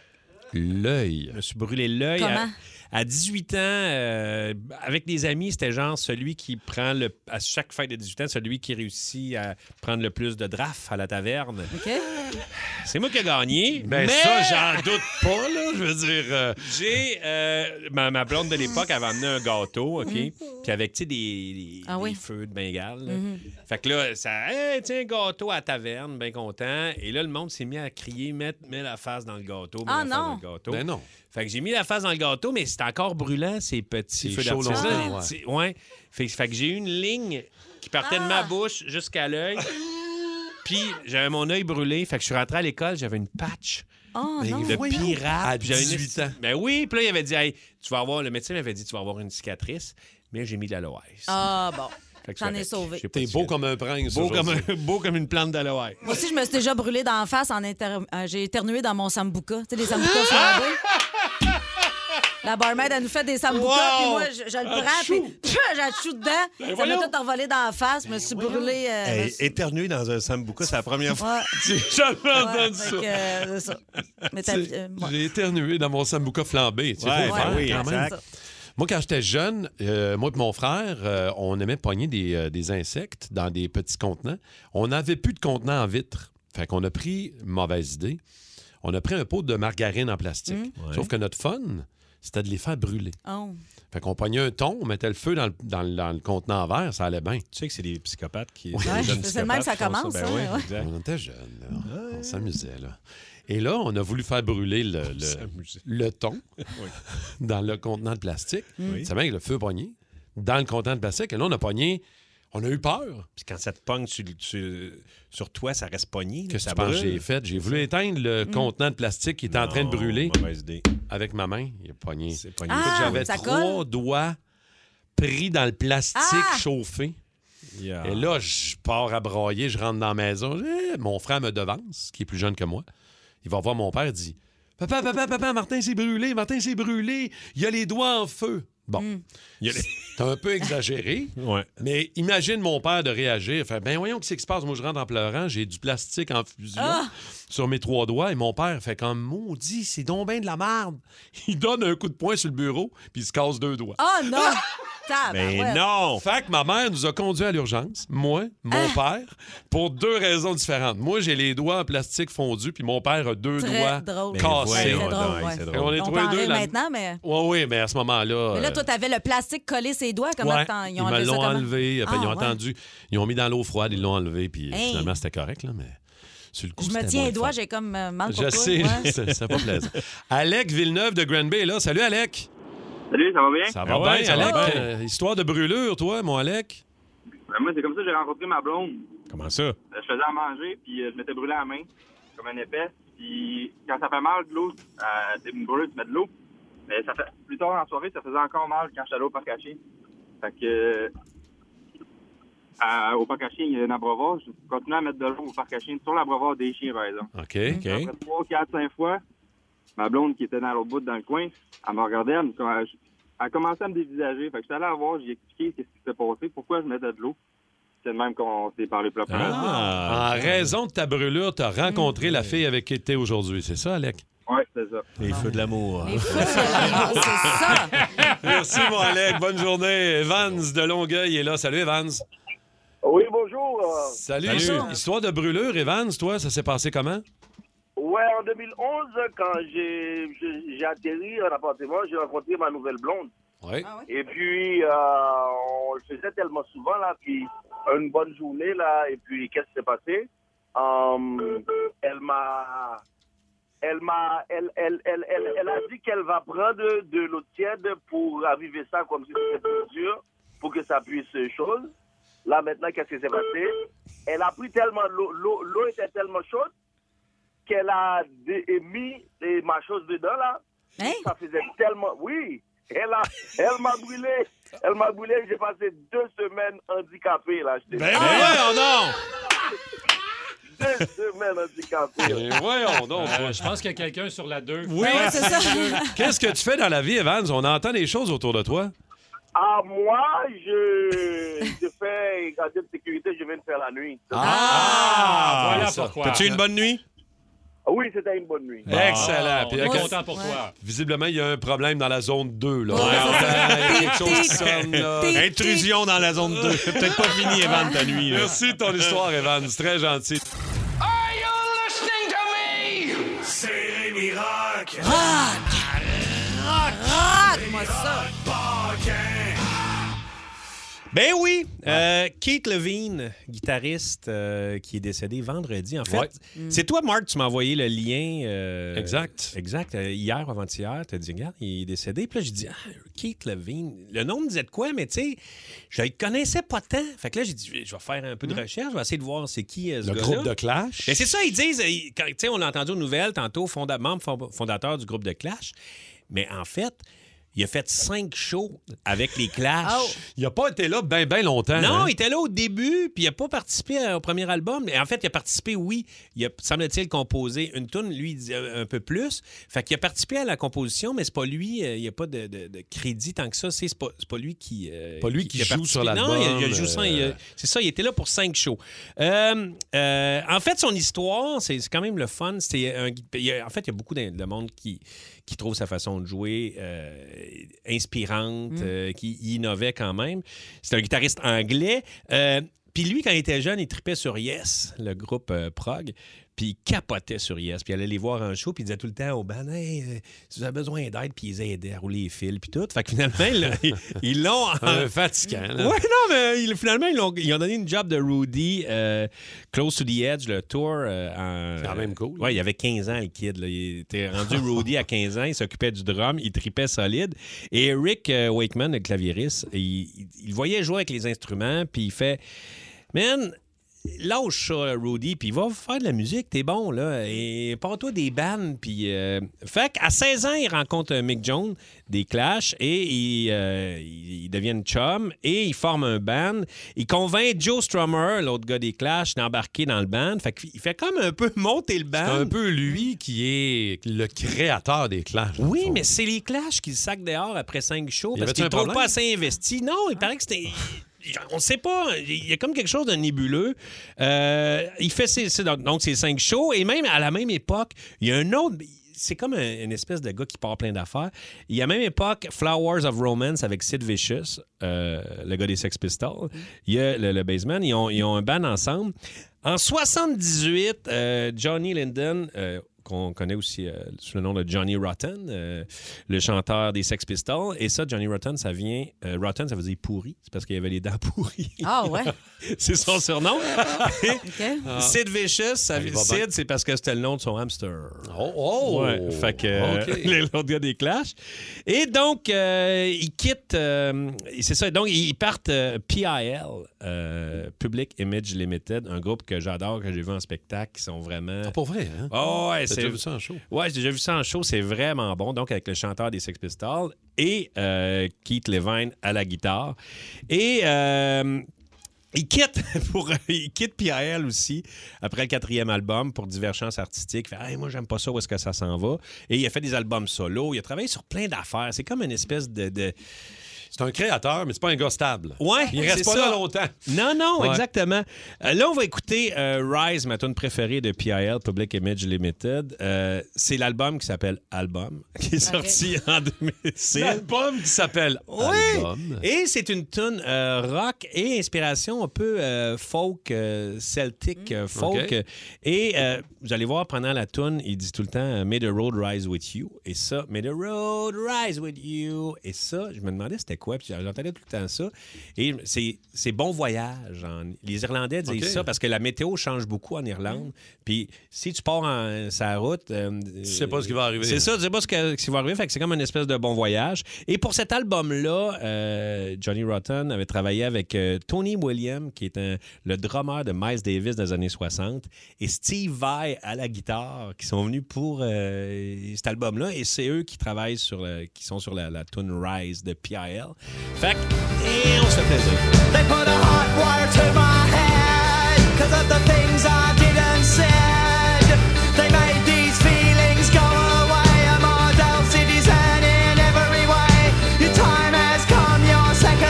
L'œil. Je me suis brûlé l'œil. à- Comment? À, 18 ans, euh, avec des amis, c'était genre celui qui prend le. À chaque fête de 18 ans, celui qui réussit à prendre le plus de draft à la taverne. C'est moi qui ai gagné. Ben, mais ça, j'en doute pas, là. Je veux dire. euh, J'ai. euh, ma, ma blonde de l'époque avait amené un gâteau, OK? Puis avec, tu sais, des, des- Mhm. Ah oui. des feux de Bengale. là. Mhm. Fait que là, ça. Hey, tiens, gâteau à la taverne, bien content. Et là, le monde s'est mis à crier, mets, mets la face dans le gâteau. mets Ah la face non. Dans le gâteau. Ben non. Fait que j'ai mis la face dans le gâteau, mais c'est encore brûlant, ces petits C'est feux chaud d'artifice. là. longtemps, ouais. C'est- ouais. Fait, fait que j'ai eu une ligne qui partait Ah! de ma bouche jusqu'à l'œil. Puis j'avais mon œil brûlé. Fait que je suis rentré à l'école, j'avais une patch Oh de non. pirate. À Puis j'avais une- 18 ans. Ben oui, puis là, il avait dit, Hey, tu vas avoir, le médecin m'avait dit, tu vas avoir une cicatrice, mais j'ai mis de l'aloès. Ah bon. Fait que J'en c'est ai correct. sauvé. Euh, J'ai pas T'es de beau cicatrice. comme un prince. Beau comme, aujourd'hui. un- beau comme une plante d'aloès. Moi aussi, je me suis déjà brûlé d'en face en inter- euh, J'ai éternué dans mon sambuca. Tu sais, les sambucas flambés. La barmaid, elle nous fait des sambucas, Wow! puis moi, je, je le prends, puis pfiou, j'ai le chou dedans. ça m'a voyons! tout envolé dans la face. Je me suis brûlé. euh, je me suis- éternuer dans un sambuca, c'est la première Ouais. J'ai jamais Ouais, entendu fait ça. que, euh, c'est ça. Mais t'as- euh, ouais. J'ai éternué dans mon sambuca flambé. tu sais, Ouais, faut le ben faire oui, quand même. exact. Moi, quand j'étais jeune, euh, moi et mon frère, euh, on aimait pogner des, euh, des insectes dans des petits contenants. On n'avait plus de contenants en vitre. Fait qu'on a pris, mauvaise idée, on a pris un pot de margarine en plastique. Mmh. Sauf que notre fun, c'était de les faire brûler. Oh. Fait qu'on pognait un ton, on mettait le feu dans le, dans le- dans le contenant en verre, ça allait bien. Tu sais que c'est des psychopathes qui. Ouais, des c'est jeunes le même que ça psychopathes qui font commence, Ben hein, oui, ouais. exact. On était jeunes, là. on s'amusait. là. Et là, on a voulu faire brûler le, le, s'amusait. le thon dans le contenant de plastique. Oui. C'est bien que le feu a pogné dans le contenant de plastique. Et là, on a pogné, on a eu peur. Puis quand ça te pogne sur, sur, sur toi, ça reste pogné. là, Qu'est-ce que ça tu penses que brûle. Mm. j'ai fait? J'ai voulu éteindre le contenant de plastique qui était en train de Non, brûler Mauvaise idée. avec ma main. Il a pogné. C'est pogné. Ah! Écoute, J'avais ça trois colle? doigts pris dans le plastique Ah! chauffé. Yeah. Et là, je pars à broyer, je rentre dans la maison. Eh, Mon frère me devance, qui est plus jeune que moi. Il va voir mon père, il dit Papa, papa, papa, Martin s'est brûlé, Martin s'est brûlé, il a les doigts en feu. Bon, Il y a les- c'est un peu exagéré, Ouais. mais imagine mon père de réagir. Fait, ben voyons, qu'est-ce qui se passe Moi, je rentre en pleurant, j'ai du plastique en fusion sur mes trois doigts, et mon père fait comme Maudit, c'est donc ben de la merde. Il donne un coup de poing sur le bureau, puis il se casse deux doigts. Oh non! Ah! Ah, Mais Tabarouette. non! Fait que ma mère nous a conduits à l'urgence, moi, Ah! mon père, pour deux raisons différentes. Moi, j'ai les doigts en plastique fondu, puis mon père a deux Très doigts drôle. cassés. Ouais, voyons c'est drôle, donc, ouais. c'est Et on drôle. est On tous les t'en deux rit là- maintenant, mais... Oui, oui, mais à ce moment-là. Mais là, euh, toi, t'avais le plastique collé ses doigts. Comment ouais, t'en- ils ils ont me enlevé ça l'ont comment? enlevé. Fait, ils Ah, ont ouais. attendu. Ils ont mis dans l'eau froide, ils l'ont enlevé, puis euh, Hey. finalement, c'était correct, là, mais sur le coup, Je me c'était tiens moins les doigts, fun. j'ai comme euh, mal pour Je toi. sais, ouais. c'est c'est pas plaisant. Alec Villeneuve de Grand Bay, est là. Salut, Alec. Salut, ça va bien? Ça Ah va ouais, bien, ça va Alec? bien. Euh, histoire de brûlure, toi, mon Alec? Ben, moi, c'est comme ça que j'ai rencontré ma blonde. Comment ça? Euh, Je faisais à manger, puis euh, je m'étais brûlé la main, comme un épaisse. Puis quand ça fait mal, de l'eau, euh, t'es brûlé, tu mets de l'eau. Mais ça fait, plus tard en soirée, ça faisait encore mal quand j'étais allé au parc à chiens. Fait que, euh, à- au parc à chiens, il y a une abreuvoir. Je continuais à mettre de l'eau au parc à chiens, sur l'abreuvoir des chiens, par exemple. OK. OK. Après trois, quatre, cinq fois, ma blonde qui était dans l'autre bout dans le coin, elle me regardait, elle, me- elle a commencé à me dévisager. Fait que je suis allé la voir, j'ai expliqué ce qui s'était passé, pourquoi je mettais de l'eau. C'est de même qu'on s'est parlé Ah, plus tard. En Ah! raison de ta brûlure, tu as rencontré la fille avec qui tu es aujourd'hui. C'est ça, Alec? Ouais, c'est ça. Les feux de l'amour. Les feux, là, c'est ça. Merci, mon Alec. Bonne journée. Vance de Longueuil est là. Salut, Evans. Oui, bonjour. euh, Salut. Bonjour. Histoire de brûlure, Evans, toi, ça s'est passé comment? Ouais, en 2011, quand j'ai j'ai- j'ai atterri en appartement, j'ai rencontré ma nouvelle blonde. Oui. Ah Et puis, euh, on le faisait tellement souvent, là, puis une bonne journée, là, et puis, qu'est-ce qui s'est passé? Euh, elle m'a... Elle m'a... Elle, elle, elle, elle, elle a dit qu'elle va prendre de l'eau tiède pour aviver ça comme si c'était plus dur, pour que ça puisse euh, chose. Là, maintenant, qu'est-ce qui s'est passé? Elle a pris tellement... l'eau- L'eau l'eau était tellement chaude qu'elle a dé- mis eh, ma chose dedans, là. Ça faisait tellement... Oui, elle a, elle m'a brûlé. Elle m'a brûlé. J'ai passé deux semaines handicapé, là. je te Ben, dis. voyons donc! Deux semaines handicapé. Ben, voyons donc! Euh, je pense qu'il y a quelqu'un sur la Ben, 2. Oui! Qu'est-ce que tu fais dans la vie, Evans? On entend des choses autour de toi. Ah, moi, je, je fais gardien de sécurité, je viens de faire la nuit. Ah, voilà ça. pourquoi. T'as-tu une Eh, bonne nuit? Ah Oui, c'était une bonne nuit. Excellent. Puis, ok, Visiblement, il y a un problème dans la zone 2. Là. Il y a quelque chose qui sonne. là. Intrusion dans la zone 2. Peut-être pas fini, Evan, ta nuit. là. Merci de ton histoire, Evan. C'est très gentil. Listening to me! C'est Rémi Rock! Rock! Rock! Moi, ça! Ben oui, euh, Keith Levine, guitariste euh, qui est décédé vendredi, en fait. Ouais. Mm. C'est toi, Marc, tu m'as envoyé le lien. euh, Exact. Exact. euh, hier ou avant-hier, tu as dit, regarde, il est décédé. Puis là, je dis, ah, Keith Levine. Le nom me disait de quoi, mais tu sais, je le connaissais pas tant. Fait que là, j'ai dit, je vais faire un peu de recherche, je vais essayer de voir c'est qui euh, ce Mm. Le gars-là. groupe de Clash. Mais c'est ça, ils disent, euh, ils- quand- tu sais, on l'a entendu aux nouvelles tantôt, fonda- membre fond- fondateur du groupe de Clash. Mais en fait, il a fait cinq shows avec les Clash. Il n'a pas été là bien, bien longtemps. Non, hein? il était là au début, puis il n'a pas participé euh, au premier album. Mais en fait, il a participé, oui. Il a, semble-t-il, composé une tune, lui, il disait un peu plus. Fait qu'il a participé à la composition, mais c'est pas lui, euh, il n'y a pas de, de- de crédit tant que ça. C'est c'est pas, c'est pas lui qui. euh, Pas lui qui a joue participé. sur l'album, Non, il a- il a joué sans- il a- euh, c'est ça, il était là pour cinq shows. Euh, euh, en fait, son histoire, c'est c'est quand même le fun. C'est un- il y a- en fait, il y a beaucoup de, de monde qui, qui trouve sa façon de jouer euh, inspirante, Mm. euh, qui innovait quand même. C'est un guitariste anglais. Euh, puis lui, quand il était jeune, il tripait sur Yes, le groupe euh, prog, puis il capotait sur Yes, puis il allait les voir en show, puis il disait tout le temps au band, Hey, euh, si vous avez besoin d'aide, puis ils aidaient à rouler les fils, puis tout. Fait que finalement, là, ils- ils l'ont... Un Euh, fatigant, Ouais, hein, là. non, mais ils- finalement, ils, l'ont- ils ont donné une job de Rudy, euh, Close to the Edge, le tour. euh, en- C'est quand même cool. Ouais, il avait 15 ans, le kid. là. Il était rendu Rudy à 15 ans. Il s'occupait du drum. Il tripait solide. Et Rick euh, Wakeman, le claviériste, il, il- il le voyait jouer avec les instruments. Puis il fait Man, lâche ça, Rudy. Puis va faire de la musique. T'es bon, là. Et pars-toi des bandes. Puis. euh, Fait qu'à 16 ans, il rencontre euh, Mick Jones, des Clash. Et ils, euh, ils- ils deviennent chum. Et ils forment un band. Il convainc Joe Strummer, l'autre gars des Clash, d'embarquer dans le band. Fait qu'il fait comme un peu monter le band. C'est un peu lui qui est le créateur des Clash. Oui, mais c'est les Clash qui le sacent dehors après cinq shows Il y parce avait-tu qu'ils un trouvent problème? Ah. pas assez investi. Non, il paraît que c'était. On ne sait pas. Il y a comme quelque chose de nébuleux. Euh, il fait ses, ses- donc ses cinq shows et même à la même époque, il y a un autre. C'est comme un- une espèce de gars qui part plein d'affaires. Il y a à la même époque Flowers of Romance avec Sid Vicious, euh, le gars des Sex Pistols. Il y a le, le baseman. Ils ont, ils ont un band ensemble. En 78, euh, Johnny Linden, euh, qu'on connaît aussi euh, sous le nom de Johnny Rotten, euh, le chanteur des Sex Pistols. Et ça, Johnny Rotten, ça vient. euh, rotten, ça veut dire pourri. C'est parce qu'il avait les dents pourries. Ah, ouais? c'est son surnom. OK. Ah. Sid Vicious, ça, il va bien. Sid, c'est parce que c'était le nom de son hamster. Oh, oh! Ouais, fait que euh, OK. les- l'autre gars des Clash. Et donc, euh, ils quittent. euh, c'est ça. Donc, ils partent euh, PIL, euh, Public Image Limited, un groupe que j'adore, que j'ai vu en spectacle, qui sont vraiment. Pour vrai, hein? Oh, ouais, T'as c'est- déjà vu ça en show? Ouais, j'ai déjà vu ça en show, c'est vraiment bon. Donc, avec le chanteur des Sex Pistols et euh, Keith Levine à la guitare. Et euh, il quitte pour il quitte PIL aussi après le quatrième album pour Divergence artistique. Il fait Hey, moi j'aime pas ça où est-ce que ça s'en va. Et il a fait des albums solo. Il a travaillé sur plein d'affaires. C'est comme une espèce de, de- C'est un créateur, mais c'est pas un gars stable. Ouais, Il reste c'est pas ça. là longtemps. Non, non, Ouais. exactement. Euh, là, on va écouter euh, Rise, ma tune préférée de PIL, Public Image Limited. Euh, c'est l'album qui s'appelle Album, qui est sorti en 2006. L'album qui s'appelle Oui! Album. Et c'est une tune euh, rock et inspiration un peu euh, folk, euh, celtic, euh, folk. OK. Et euh, vous allez voir, pendant la tune, il dit tout le temps euh, May the road rise with you ». Et ça, « May the road rise with you ». Et ça, je me demandais c'était quoi, puis j'entendais tout le temps ça. Et c'est c'est « bon voyage en- Les Irlandais disent OK. ça parce que la météo change beaucoup en Irlande. Puis si tu pars en, sa route... euh, Tu sais pas ce qui va arriver. C'est ça, tu sais pas ce, que- ce qui va arriver, fait que c'est comme une espèce de bon voyage. Et pour cet album-là, euh, Johnny Rotten avait travaillé avec euh, Tony William, qui est un- le drummer de Miles Davis des années 60, et Steve Vai à la guitare, qui sont venus pour euh, cet album-là. Et c'est eux qui travaillent sur, le- qui sont sur la, la tune Rise de PIL. Fait que, et on se fait plaisir. They put a hot wire to my head Cause of the things I did and said They made these feelings go away I'm more dulcet is in every way Your time has come, you're safe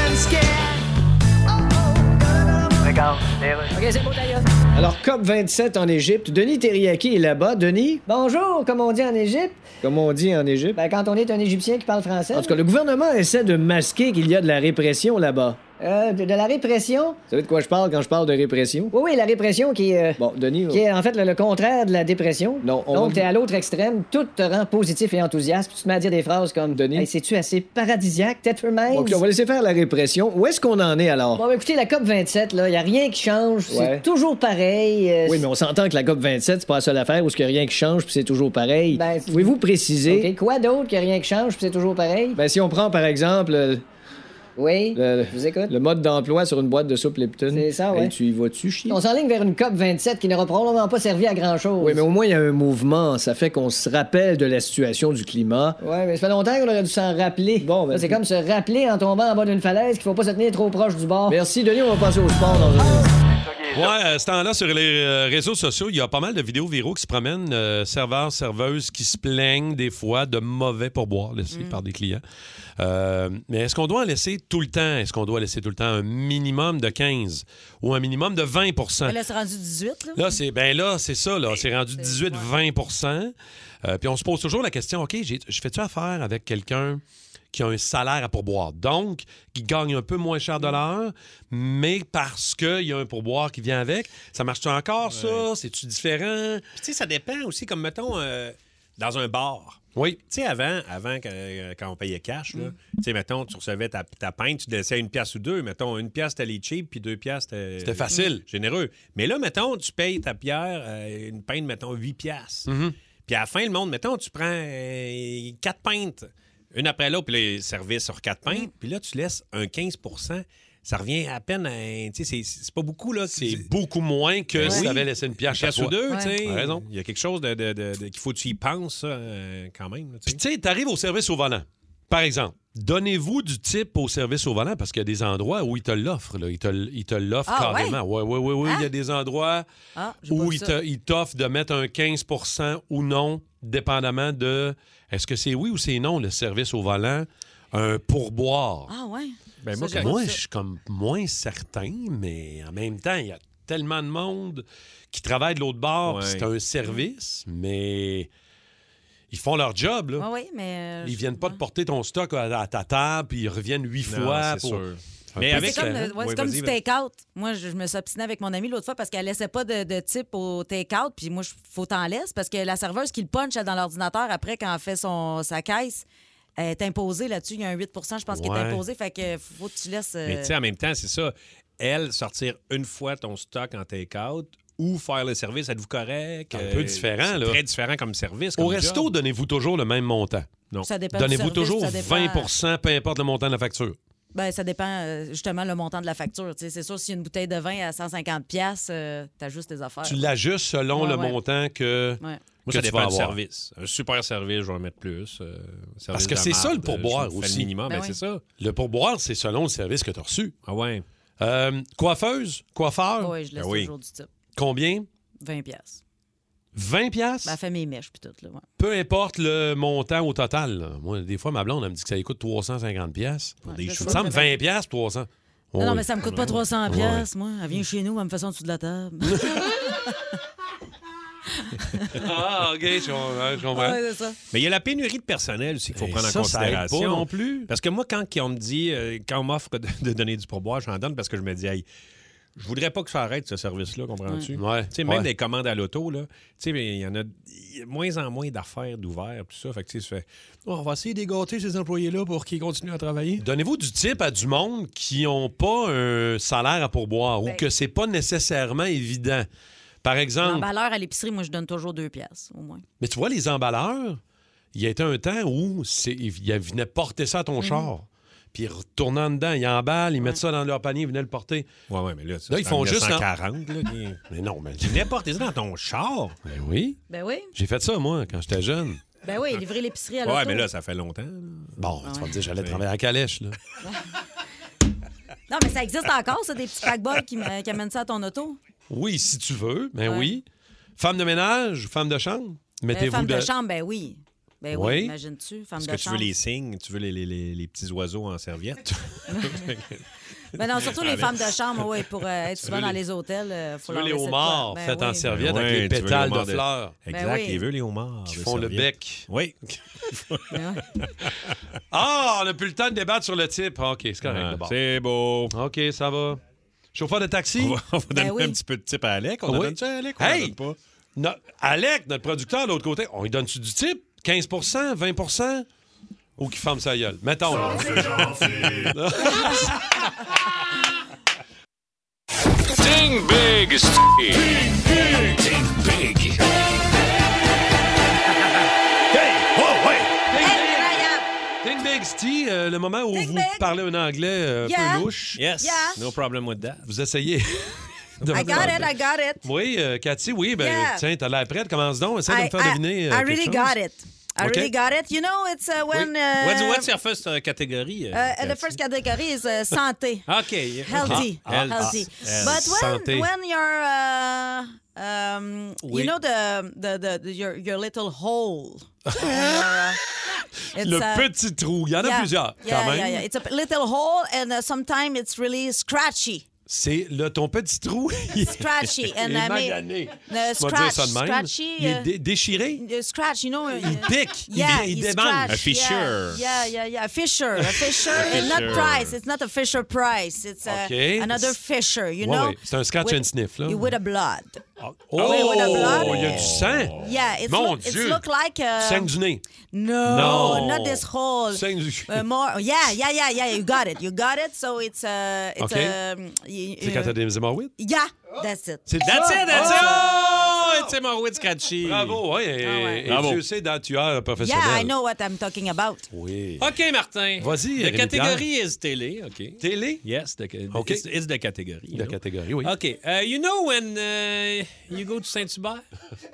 Alors, COP27 en Égypte. Denis Terriaki est là-bas. Denis, Bonjour, comme on dit en Égypte. comme on dit en Égypte. Ben, quand on est un Égyptien qui parle français. En tout cas, le gouvernement essaie de masquer qu'il y a de la répression là-bas. Euh, de, de la répression. Vous savez de quoi je parle quand je parle de répression? Oui, oui, la répression qui, est, euh, Bon, Denis... qui est en fait le, le contraire de la dépression. Non, on Donc, va- t'es à l'autre extrême, tout te rend positif et enthousiaste, puis tu te mets à dire des phrases comme Denis? Hey, c'est-tu assez paradisiaque, peut-être même? OK, on va laisser faire la répression. Où est-ce qu'on en est alors? Bon, ben, écoutez, la COP27, là, il n'y a rien qui change. Ouais. C'est toujours pareil. euh, Oui, mais on s'entend que la COP27, c'est pas la seule affaire où il n'y a rien qui change puis c'est toujours pareil. Ben, c'est- Pouvez-vous préciser? OK, quoi d'autre que rien qui change, puis c'est toujours pareil? Ben, si on prend par exemple euh, Oui, le, je vous écoute. le mode d'emploi sur une boîte de soupe Lipton, C'est ça, ouais. hey, tu y vas-tu chier? On s'enligne vers une COP 27 qui n'aura probablement pas servi à grand-chose. Oui, mais au moins il y a un mouvement. Ça fait qu'on se rappelle de la situation du climat. Ouais, mais ça fait longtemps qu'on aurait dû s'en rappeler. Bon, ben- Ça, c'est comme se rappeler en tombant en bas d'une falaise qu'il faut pas se tenir trop proche du bord. Merci, Denis. On va passer au sport dans un Ouais, à ce temps-là, sur les euh, réseaux sociaux, il y a pas mal de vidéos viraux qui se promènent, euh, serveurs, serveuses qui se plaignent des fois de mauvais pourboires laissés Mm. par des clients. Euh, mais est-ce qu'on doit en laisser tout le temps? Est-ce qu'on doit laisser tout le temps un minimum de 15 ou un minimum de 20 Mais Là, c'est rendu 18, là. Là, c'est ben là, c'est ça, là. C'est rendu 18-20 Euh, Puis on se pose toujours la question, OK, j'ai- je fais-tu affaire avec quelqu'un qui a un salaire à pourboire, donc qui gagne un peu moins cher de l'heure, mais parce qu'il y a un pourboire qui vient avec. Ça marche-tu encore, ça? C'est-tu différent? Puis tu sais, ça dépend aussi, comme mettons, euh, dans un bar. Oui. Tu sais, avant, avant que, euh, quand on payait cash, là, tu sais, mettons, tu recevais ta, ta pinte, tu laissais une pièce ou deux. Mettons, une pièce, t'allais cheap, puis deux pièces, t'as- C'était facile. Généreux. Mais là, mettons, tu payes ta pierre, euh, une pinte, mettons, huit pièces. Mhm. Puis à la fin, le monde, mettons, tu prends euh, quatre pintes, une après l'autre, puis les services sur quatre pintes, Mm. puis là, tu laisses un 15 ça revient à peine à. un- Tu sais, c'est- c'est pas beaucoup, là. C'est beaucoup moins que Ben si oui. tu avais laissé une pièce pièce chaque ou deux, fois. tu sais. T'as raison. Il y a quelque chose de, de- de- de- qu'il faut que tu y penses, ça, euh, quand même. là, tu Puis, sais. tu sais, t'arrives au service au volant. Par exemple, donnez-vous du type au service au volant parce qu'il y a des endroits où ils te l'offrent. là. Ils te, l- ils te l'offrent Ah, ouais? carrément. Oui, oui, oui. Il y a des endroits Ah, j'ai pas où vu ils ça. te- ils t'offrent de mettre un 15 ou non, dépendamment de est-ce que c'est oui ou c'est non le service au volant, un pourboire. Ah, ouais. Ben, Ça, moi, j'ai Moi, vu je ça. suis comme moins certain, mais en même temps, il y a tellement de monde qui travaille de l'autre bord, puis Ouais. c'est un service, mais ils font leur job, là. Ouais, ouais, mais. euh, Ils viennent pas te porter ton stock à, à ta table, puis ils reviennent huit Non, fois. c'est pour- sûr. Un Mais peu avec- C'est comme, différent. le- ouais, euh, c'est Ouais, comme vas-y, du vas-y. take-out. Moi, je, je me suis obstinée avec mon amie l'autre fois parce qu'elle laissait pas de, de type au take-out. Puis moi, je- faut t'en laisse parce que la serveuse qui le punch dans l'ordinateur après quand elle fait son, sa caisse elle est imposée là-dessus. Il y a un 8 je pense, qui est Ouais. imposé. Fait que faut que tu laisses. euh, Mais tu sais, en même temps, c'est ça. Elle, sortir une fois ton stock en take-out ou faire le service, êtes-vous correct? Euh, Un peu différent, c'est là. Très différent comme service. Au comme resto, job. donnez-vous toujours le même montant. Non. Ça dépend du Donnez-vous service, toujours ça dépend- 20 peu importe le montant de la facture. Ben, ça dépend euh, justement le montant de la facture. Tu sais, C'est sûr, s'il y a une bouteille de vin à 150 pièces, t'as juste euh, tes affaires. Tu l'ajustes selon Ouais, le ouais. montant que, Ouais. Moi, que ça tu dépend vas du avoir. service. Un super service, je vais en mettre plus. euh, service Parce que de c'est ça le marde, euh, pourboire je fais aussi. le minimum, Ben ben, oui. c'est ça. Le pourboire, c'est selon le service que tu as reçu. Ah ouais. Euh, coiffeuse, coiffeur, Oui, je laisse Ah oui. toujours du type. combien? 20 pièces. 20 piastres? Ben, fait mes mèches, puis tout. Là, ouais. Peu importe le montant au total. là. Moi, des fois, ma blonde, elle me dit que ça lui coûte 350 piastres. Pour des je Ça cheveux. me semble 20 piastres, 300. Non, non, Oui. mais ça me coûte pas 300 Ouais. pièces, moi. Elle vient chez nous, elle me fait ça en dessous de la table. Ah, OK, je comprends. je comprends. ouais, c'est ça. Mais il y a la pénurie de personnel aussi qu'il faut Et prendre ça, en ça aide pas considération. non plus. Parce que moi, quand on me dit, euh, quand on m'offre de, de donner du pourboire, j'en donne parce que je me dis, hey, je voudrais pas que ça arrête ce service-là, comprends-tu? Ouais. Tu sais, même Ouais. des commandes à l'auto, là, tu sais, mais il y en a, il y a moins en moins d'affaires d'ouverts, tout ça. Fait que tu sais, tu fais, Oh, on va essayer de gâter ces employés-là pour qu'ils continuent à travailler. Donnez-vous du type à du monde qui n'ont pas un salaire à pourboire ou que c'est pas nécessairement évident. Par exemple, L'emballeur à l'épicerie, moi, je donne toujours 2 pièces, au moins. mais tu vois, les emballeurs, il y a été un temps où c'est- ils venaient porter ça à ton char. Puis ils retournaient en dedans, ils emballent, ils mettent ça dans leur panier, ils venaient le porter. Ouais, ouais, mais là, Là, ils font juste en- 140, là, qui... Mais non, mais. N'importe ça dans ton char. Ben oui, Ben oui, j'ai fait ça, moi, quand j'étais jeune. ben oui, livrer l'épicerie à l'auto. Ouais, mais là, ça fait longtemps. là. Bon, tu vas me dire, j'allais travailler à calèche, là. Non, mais ça existe encore, ça, des petits pack-boys qui, euh, qui amènent ça à ton auto. Oui, si tu veux, ben Ouais. oui. Femme de ménage, femme de chambre, Euh, mettez-vous femme de... de- chambre, ben oui. Ben Oui. oui, imagines-tu, femme Parce de que tu veux chambre. les signes, tu veux les, les- les- les petits oiseaux en serviette. Mais Ben non, surtout les Allez. femmes de chambre, oui, pour euh, être souvent veux dans les- les hôtels. euh, tu faut veux leur les laisser de homards quoi. Ben faits en oui. serviette Ouais, avec les tu veux les pétales de homards de- fleurs. Exact, Ben oui. il veut les homards. Qui de font le serviette. bec. Oui. Ah, on n'a plus le temps de débattre sur le type. OK, c'est correct. Ah, d'abord. c'est beau. OK, ça va. Chauffeur de taxi. On va, on va Ben donner oui. un petit peu de type à Alec. On en Oui. donne ça à Alec? ou on en Hey! donne pas? No- Alec, notre producteur, de l'autre côté, on lui donne-tu du type? 15 20 ou qui ferme sa gueule? Mettons. là. Ting big, Ting big, ting big. Hey, oh ouais. Think Big Steve, euh, le moment où vous parlez un anglais euh, un Yeah. peu louche. Yes. Yeah. No problem with that. Vous essayez. de I got it, I got it. Oui, euh, Cathy, oui, ben Yeah. tiens, t'as l'air prête. Commence donc. Essaye de me I, faire I- deviner. euh, I quelque really chose. got it. I OK. really got it. You know, it's uh, when. uh, What's, what's your first uh, category? uh, the first category is uh, santé. Ah, OK. yeah. Healthy. Ah, ah, healthy. ah, But when santé. when you're uh, um, Oui. you know the the, the, the- your your little hole. Uh, Le petit trou. Il y en a plusieurs, euh, yeah, quand même. Yeah, yeah. It's a little hole and uh, sometimes it's really scratchy. C'est le, ton petit trou. Scratchy. And il est I mean, magané. uh, On va dire scratch, ça de même. scratchy, il est uh, dé- déchiré. Uh, Scratch, you know. uh, Pique. Yeah, il, dé- il you démange. scratch, Yeah, yeah, yeah. yeah. Fisher. A fisher. is not fisher. price. It's not a Fisher price. It's a, Okay. another fisher, you Ouais, know? ouais. C'est un scratch and sniff, là. With a blood. Oh, Ah Oui, with a blood. il y a du sang. Yeah, it's, Mon look, it's Dieu. look like euh, a... Du sang du nez. No, Non. not this hole. Sang du- Uh, more, yeah, yeah, yeah, yeah. You got it. You got it. So it's a... It's Okay. a... um, y- C'est quand t'as des hémorroïdes? Yeah, that's it. C'est That's ça. it, that's it. Oh, it's a Morwitz Scratchy. Bravo, oui. Et, et Bravo. Dieu sait d'un tueur professionnel. Ah, Yeah, I know what I'm talking about. Oui. OK, Martin. Vas-y, La Rémi Eh catégorie is télé, OK. Télé? Yes, the, OK. it's, it's the category. you La know. catégorie, oui. OK. Uh, you know when uh, you go to Saint-Hubert?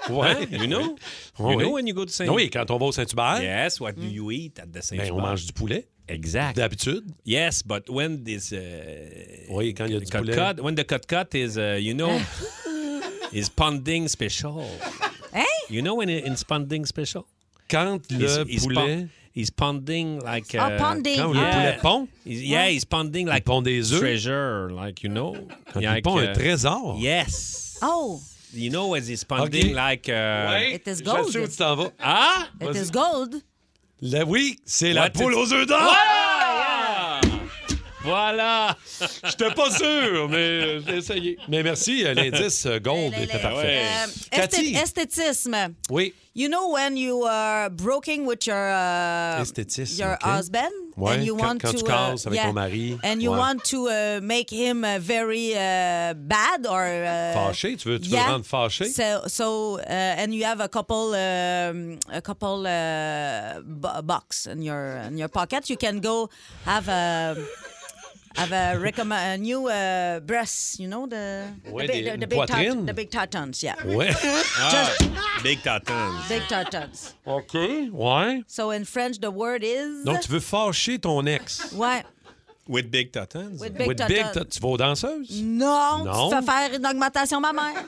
Ouais. Hein? You know? Oui. Ben You know when you go to Saint- Oui, quand on va au Saint-Hubert. Hmm. Yes, what do you eat at the Saint-Hubert? Ben, on mange du poulet. Exact. D'habitude. Yes, but when this... Uh, Oui, quand il y a du cut poulet. cut, when the cut cut is, uh, you know, is ponding special. Hey? You know when it- it's ponding special? Quand le He's- he's poulet- pon- He's ponding like... Ah, ponding. Quand le Yeah. poulet pond? He's- yeah, Ouais. he's ponding like... pond des œufs. Treasure, like, you know. Quand il like, pond euh, un trésor. Yes. Oh, You know when he's ponding Ok. like... euh, Ouais. It is Je gold. sais où tu t'en vas. Ah! it is gold. La- oui, c'est la What poule is- aux œufs d'or. Voilà! Voilà! J'étais pas sûr, mais euh, j'ai essayé. Mais merci, euh, l'indice euh, gold était parfait. Euh, esthé- Cathy. esthétisme. Oui. You know when you are broken with your uh, Esthétisme, your OK. husband Ouais, and you quand- want quand to tu uh, casses avec yeah, ton mari, and you ouais. want to uh, make him uh, very uh, bad or uh, Fâché, tu veux- tu veux le rendre fâché? So, so uh, and you have a couple um, a couple uh, bo- box in your in your pocket. You can go have a have a, recommend, a new uh, breasts. You know the Ouais, the, big- des- the, une the big tat- poitrine. the big tatons. Yeah, Ouais. Ah, Big Tatons. big tatons. OK. Ouais. So in French, the word is. Donc, tu veux fâcher ton ex. Ouais. With Big Tatons. With big With tatons. big ta- tu vas aux danseuses? Non, Non. tu te fais faire une augmentation mammaire.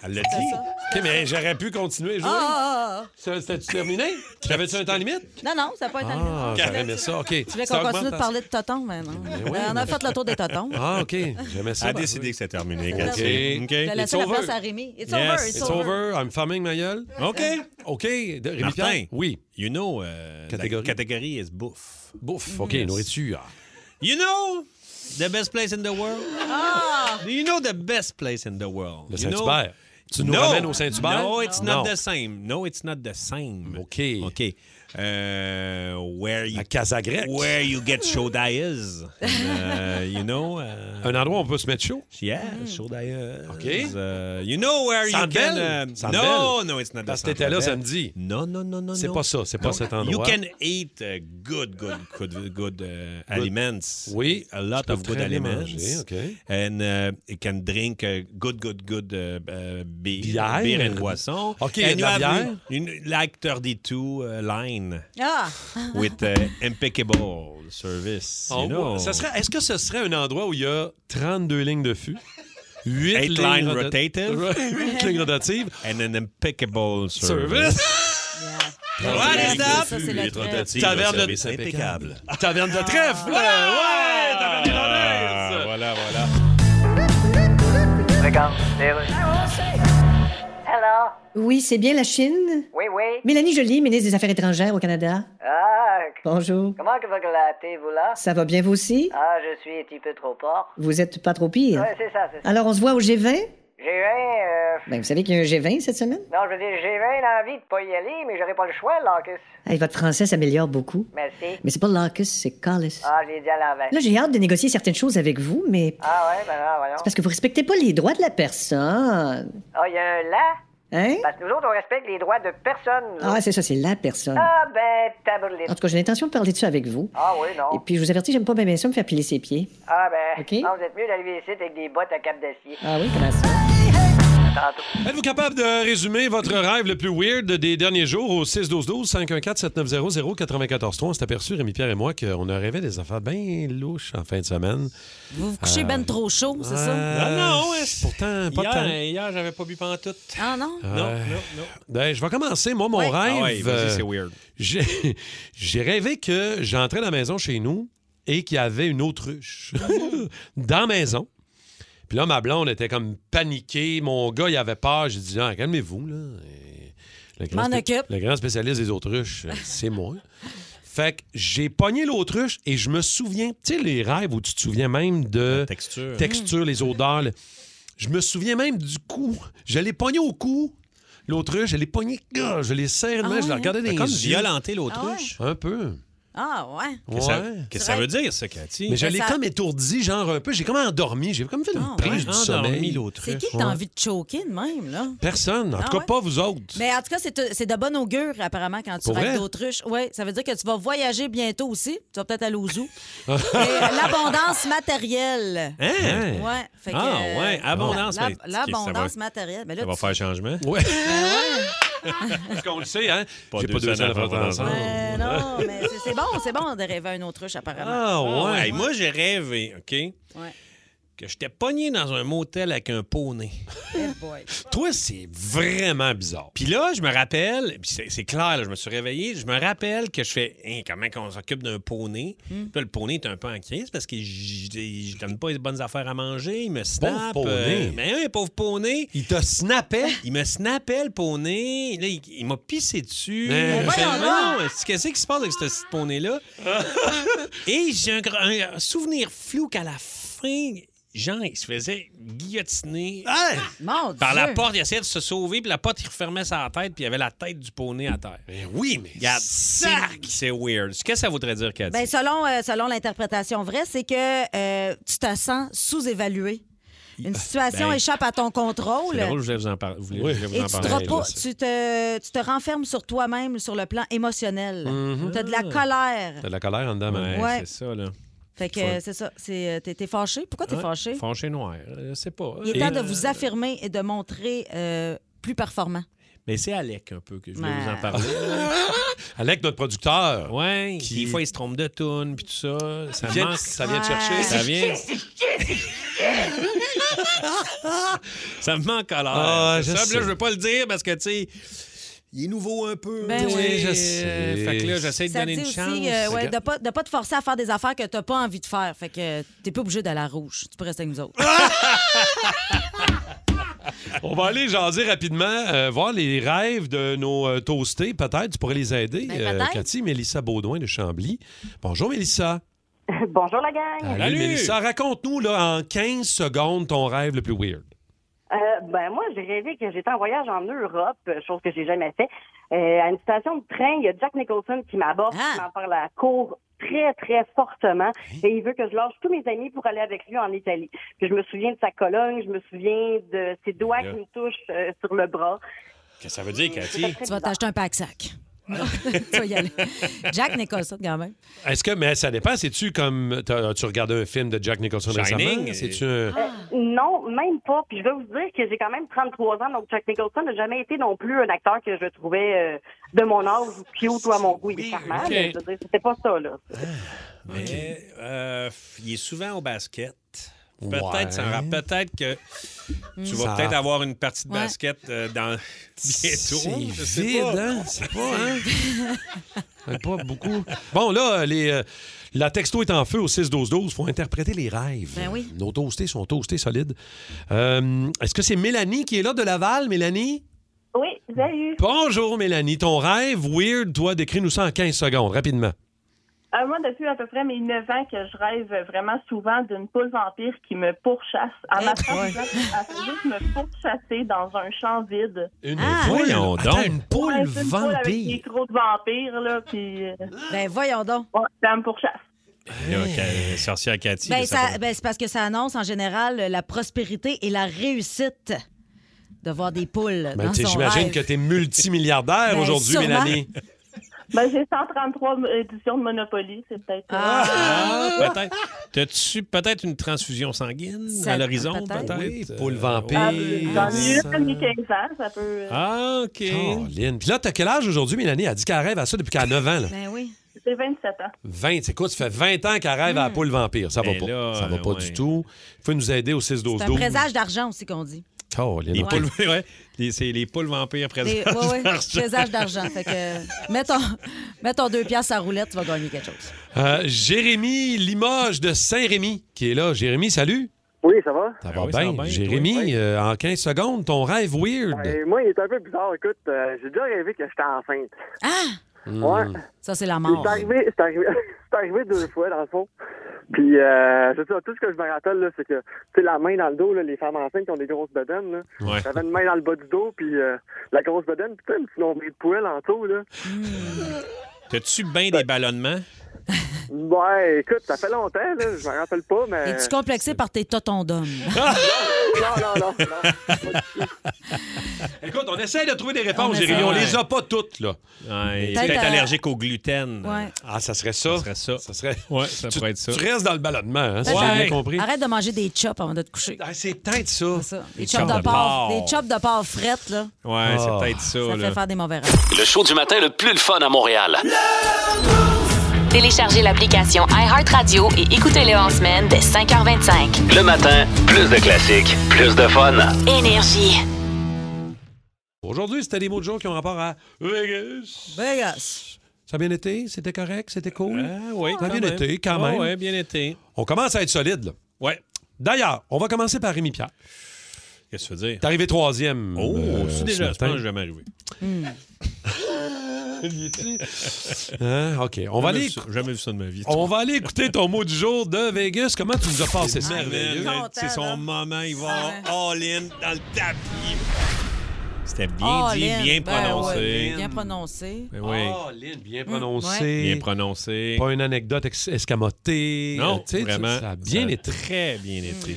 Elle l'a C'est dit. ça. OK, mais j'aurais pu continuer à jouer. Ah, ah, Ça, C'était-tu terminé? J'avais-tu un temps limite? ah. Non, non, ça n'a pas été Ah, terminé. j'aurais aimé ça. OK. Tu voulais qu'on continue de parler de totons maintenant? On a fait le tour des totons. Ah, OK. J'aimais ça. Elle a ben, décidé oui. que c'est terminé, OK. Cathy. Je vais laisser It's la over. place à Rémi. It's Yes, over, it's, It's over. I'm farming ma gueule. OK. OK. De- Rémi Martin. Pierre? Oui. You know, euh, Catégorie. la catégorie is bouffe. Bouffe. OK, nourriture. You know the best place in the world? Ah. Do you know the best place in the world? Le You know- Saint-Hubert. Tu nous No. ramènes au Saint-Hubert? No, it's Non. not the same. No, it's not the same. OK. OK. Euh, where you La Casa Grecque. Where you get chaudailles. And, uh, you know. uh, Un endroit où on peut se mettre chaud. Mm. yeah, chaudailles. OK. Uh, you know where you Centre can. Bell? uh, Centre no, Bell. no, it's not Parce que the t'étais là Centre Bell. samedi. Non, non, non, non. C'est non. pas ça, c'est pas cet endroit. You can eat uh, good, good, good, good, uh, aliments. Oui, a lot tu of peux good très bien aliments. manger, OK. And uh, you can drink uh, good, good, good uh, uh, beer, Bière. beer and boisson. OK, and il y a de la have une- une- like 32 uh, line Ah! with uh, impeccable service. On you voit- know. Oh, ça serait- Est-ce que ce serait un endroit où il y a 32 lignes de fût? 8 Eight line rotative. 8 lignes rotatives. And an impeccable service. Service. What is that? Ça, c'est le trait. Taverne de- Taverne de trèfle. Ouais, taverne irlandaise. Ah, Fréquence, les rues. Hello. Oui, c'est bien la Chine? Oui, oui. Mélanie Joly, ministre des Affaires étrangères au Canada. Ah, Bonjour. comment que va que la thé, vous, là? Ça va bien vous aussi? Ah, je suis un petit peu trop fort. Vous êtes pas trop pire. Ouais, c'est ça, c'est ça. Alors, on se voit au G20? J'ai rien, euh... Ben, vous savez qu'il y a un G20 cette semaine? Non, je veux dire, j'ai bien envie de pas y aller, mais j'aurais pas le choix, là, que... Hey, votre français s'améliore beaucoup. Merci. Mais c'est pas Larkus, c'est Callis. Ah, je l'ai dit à l'envers. Là, j'ai hâte de négocier certaines choses avec vous, mais Ah, ouais, ben là, voyons. c'est parce que vous respectez pas les droits de la personne. Ah, il y a un là? Hein? Parce que nous autres, on respecte les droits de personne, là. Ah, c'est ça, c'est la personne. Ah, ben, tabourlette. En tout cas, j'ai l'intention de parler de ça avec vous. Ah, oui, non. Et puis, je vous avertis, j'aime pas bien, bien ça me faire piler ses pieds. Ah, ben, OK. non, vous êtes mieux d'arriver ici avec des bottes à cap d'acier. Ah oui, comment ça? Êtes-vous capable de résumer votre rêve le plus weird des derniers jours au 612-12-514-7900-943? On s'est aperçu, Rémi-Pierre et moi, qu'on a rêvé des affaires bien louches en fin de semaine. Vous vous couchez Euh, ben trop chaud, c'est ça? Ah non, ouais, c'est pourtant pas Hier, tant. Hier, j'avais pas bu pantoute. Ah non? Ouais. Non, non, non. Euh, Ben, je vais commencer. Moi, mon Ouais. rêve. Ah ouais, vas-y, euh, c'est weird. J'ai, j'ai rêvé que j'entrais dans la maison chez nous et qu'il y avait une autruche dans la maison. Puis là, ma blonde était comme paniquée. Mon gars, il avait peur. J'ai dit, Ah, calmez-vous. Là. Et Le, M'en spé- occupe. le grand spécialiste des autruches, euh, c'est moi. Fait que j'ai pogné l'autruche et je me souviens, tu sais, les rêves où tu te souviens même de texture, texture les odeurs. le- Je me souviens même du coup. Je l'ai pogné au cou, l'autruche. Je l'ai pogné, ah, je l'ai serré, de main, je l'ai regardé dans T'as les comme yeux. violenté l'autruche. Un peu. Ah, ouais. Qu'est-ce que ça- Ouais. Qu'est-ce que ça veut dire, ça, Cathy? Mais je l'ai ça- Ah comme étourdi, genre un peu. J'ai comme endormi. J'ai comme fait une prise ouais. du Endormi sommeil. l'autruche. C'est qui que t'as envie de choquer de même, là? Personne. En Ah tout cas, ouais? pas vous autres. Mais en tout cas, c'est c'est de bonne augure, apparemment, quand tu Pour rêves vrai? d'autruche. Oui, ça veut dire que tu vas voyager bientôt aussi. Tu vas peut-être aller au zoo. Et l'abondance matérielle. Hein? Ouais. Fait que, Ah, euh, ouais, abondance, la- mais- la- L'abondance ça va- matérielle. Mais là, Ça va tu- Ben faire changement? Ouais. Parce qu'on le sait, hein? J'ai pas deux ans à faire ensemble. Euh, non, mais c'est- c'est bon, c'est bon de rêver à une autruche, apparemment. Ah, Ah, ouais. Hey, Moi, j'ai rêvé, OK, Ouais. que j'étais pogné dans un motel avec un poney. Eh boy. Toi, c'est vraiment bizarre. Puis là, je me rappelle, puis c'est, c'est clair, là, je me suis réveillé, je me rappelle que je fais Hein, comment qu'on s'occupe d'un poney. Hmm. Puis là, le poney est un peu en crise parce que je je- je donne pas les bonnes affaires à manger, il me snappe. poney. mais un pauvre poney. Il te snappait. Il me snappait le poney. Là, il, il m'a pissé dessus. Mais- Je fais, Voyons non, est-ce- qu'est-ce qui se passe avec ce petit poney-là? Et j'ai un, gr- un souvenir flou qu'à la fin, Ah, Jean, il se faisait guillotiner. Mon Par la Dieu. porte, il essayait de se sauver, puis la porte, il refermait sa tête, puis il y avait la tête du poney à terre. Mais Ben oui, mais. Regarde, sac! C'est weird. Qu'est-ce que ça voudrait dire, Cathy? Ben, selon euh, selon l'interprétation vraie, c'est que euh, tu te sens sous-évalué. Une situation Ben, échappe à ton contrôle. c'est drôle, je voulais vous en par- vous voulez- Oui. je voulais vous Et en tu te, parler. repos- tu, te, tu te renfermes sur toi-même sur le plan émotionnel. Mm-hmm. Mhm. Tu as de la colère. T'as de la colère en dedans, mais- Ouais. C'est ça, là. Fait que Faut- euh, c'est ça. C'est, euh, t'es, t'es fâché. Pourquoi t'es Ouais, fâché? Fâché noir. Je sais pas. Il est temps de Euh, vous affirmer et de montrer euh, plus performant. Mais c'est Alec un peu que je voulais Ouais. vous en parler. Alec, notre producteur. Ouais, Qui- des fois, il se trompe de tune, puis tout ça. Ça Vient- manque. ça vient de chercher. Ça vient. ça me manque à l'air. Ah, C'est je ça, sais. Puis là, je veux pas le dire parce que, tu sais, il est nouveau un peu. Ben tu sais, oui. je sais. Euh, Fait que là, j'essaie de Ça donner dit une aussi chance. euh, ouais, Regarde. de, pas, de pas te forcer à faire des affaires que t'as pas envie de faire. Fait que euh, t'es pas obligé d'aller à la rouge. Tu peux rester avec nous autres. Ah! On va aller jaser rapidement, euh, voir les rêves de nos euh, toastés. Peut-être, tu pourrais les aider, Ben, euh, peut-être. Cathy. Mélissa Baudouin de Chambly. Bonjour, Mélissa. Bonjour la gang. Salut, Mélissa. Raconte-nous là, en 15 secondes ton rêve le plus weird. Euh, ben moi, j'ai rêvé que j'étais en voyage en Europe, euh, chose que j'ai jamais fait. Euh, à une station de train, il y a Jack Nicholson qui m'aborde, qui m'en parle à la cour très, très fortement. Et il veut que je lâche tous mes amis pour aller avec lui en Italie. Puis je me souviens de sa colonne, je me souviens de ses doigts Là. qui me touchent euh, sur le bras. Qu'est-ce que ça veut dire, Cathy? tu vas t'acheter un pack-sac. tu vas y aller. Jack Nicholson, quand même. Est-ce que, mais ça dépend, c'est-tu comme. t'as- As-tu regardé un film de Jack Nicholson Shining, récemment? et- C'est-tu un- Euh, non, même pas. Puis je vais vous dire que j'ai quand même 33 ans, donc Jack Nicholson n'a jamais été non plus un acteur que je trouvais euh, de mon âge ou cute ou à mon goût. Il est charmant, ok. mais je veux dire, c'était pas ça, là. Mais, euh, il est souvent au basket. Peut-être Ouais. ça ra- peut-être que tu Ça- vas peut-être avoir une partie de Ouais. basket euh, dans bientôt. je sais vide, pas. Ah. hein? C'est pas, hein? Pas beaucoup. Bon, là, les, euh, La texto est en feu au 6-12-12. faut interpréter les rêves. Ben oui. Nos toastés sont toastés solides. Euh, Est-ce que c'est Mélanie qui est là de Laval, Mélanie? Oui, salut. Bonjour, Mélanie. Ton rêve weird, toi, décris-nous ça en 15 secondes, rapidement. Euh, moi, depuis à peu près mes 9 ans que je rêve vraiment souvent d'une poule vampire qui me pourchasse. À ma boy. place, elle fait juste me pourchasser dans un champ vide. Une Ah. Ah. voyons donc. Attends, une poule Ouais, c'est une poule avec vampire. des crocs de vampire, là, puis... euh, Ben voyons donc. ça me pourchasse. Là, Ca- Sorcière Cathy. Ben, là, ça ça- va- ben, c'est parce que ça annonce en général euh, la prospérité et la réussite de voir des poules Ben, dans tu sais, son J'imagine rêve. que tu es multimilliardaire Ben, aujourd'hui, sûrement. Mélanie. Ben, j'ai 133 éditions de Monopoly, c'est peut-être... euh, ben, Ah, peut-être. T'as-tu peut-être une transfusion sanguine Ça- à l'horizon, peut-être. peut-être? Oui, poule vampire. Ah, J'en ai eu une de 15 ans, ça peut... Ah, OK. Caroline. Puis là, t'as quel âge aujourd'hui, Mélanie? Elle dit qu'elle rêve à ça depuis qu'elle a 9 ans. Là. Ben oui. J'ai 27 ans. 20, c'est quoi? Ça fait 20 ans qu'elle rêve à la poule vampire. Ça va Ben pas. là, ça va pas ouais. du tout. Il faut nous aider au 6 12 C'est 12 un présage d'argent aussi qu'on dit. Les poules, ouais. Les- c'est les poules vampires Des- présentes. ouais, ouais, présage d'argent. Fait que mets ton, mets ton deux piastres à roulette, tu vas gagner quelque chose. Euh, Jérémy Limoges de Saint-Rémy qui est là. Jérémy, salut. Oui, ça va? Ça va Ben oui, ça bien. va bien, Jérémy, euh, en 15 secondes, ton rêve weird. Ben, moi, il est un peu bizarre. Écoute, euh, j'ai déjà rêvé que j'étais enceinte. Mm. Hmm. Ouais. Ça, c'est la mort. C'est arrivé, c'est arrivé, c'est arrivé deux fois, dans le fond. Puis, euh, c'est ça, tout ce que je me rappelle, là, c'est que, tu sais, la main dans le dos, là, les femmes enceintes qui ont des grosses bedaines, là. Ouais. J'avais une main dans le bas du dos, puis euh, la grosse bedaine, puis tu sais, un petit nombril de poêle en dessous, là. Mm. T'as-tu Ben, bien des ballonnements? Ouais, écoute, ça fait longtemps, là, je me rappelle pas, mais... Es-tu complexé par tes totons d'homme? Non, non, non, non. Écoute, on essaie de trouver des réponses, On Jérémy. essaie. On les a pas toutes, là. Ouais, il est Peut-être, peut-être euh, allergique au gluten. Ouais. Ah, ça serait ça. Ça serait ça. serait... Ouais, ça pourrait être ça. Tu restes dans le ballonnement, hein, si j'ai Peut-être- bien compris. Arrête de manger des chops avant de te coucher. c'est peut-être ça. Des chops de porc. Des chops de porc frettes, là. Ouais, Ah. c'est peut-être ça. Ça là. fait faire des mauvais rêves. Le show du matin le plus le fun à Montréal. Téléchargez l'application iHeartRadio et écoutez-le en semaine dès 5h25. Le matin, plus de classiques, plus de fun. Énergie. Aujourd'hui, c'était des mots de jour qui ont rapport à Vegas. Vegas. Ça a bien été? C'était correct? C'était cool? Ah, oui, ça a bien même. été, quand Ouais, même. ouais, bien été. On commence à être solide, là. Ouais. D'ailleurs, on va commencer par Rémi Pierre. Qu'est-ce que tu veux dire? T'es arrivé troisième. Oh, euh, c'est ce déjà, je matin. pense que je vais m'arriver. Hmm. Hein, OK. On va, Jamais aller, vu ça- Jamais vu ça de ma vie. on va aller écouter ton mot du jour de Vegas. Comment tu nous as passé ça? Merveilleux. content, C'est son là. moment, il va all-in dans le tapis. C'était bien Oh, dit, Lynn, bien ben prononcé. ouais, bien prononcé. Ben oui. Oh, Lynn, bien Mm, ouais. prononcé. Bien prononcé. Pas une anecdote ex- escamotée. Non, Tu sais, vraiment. Ça a bien Ça a été. Très Mm. bien été.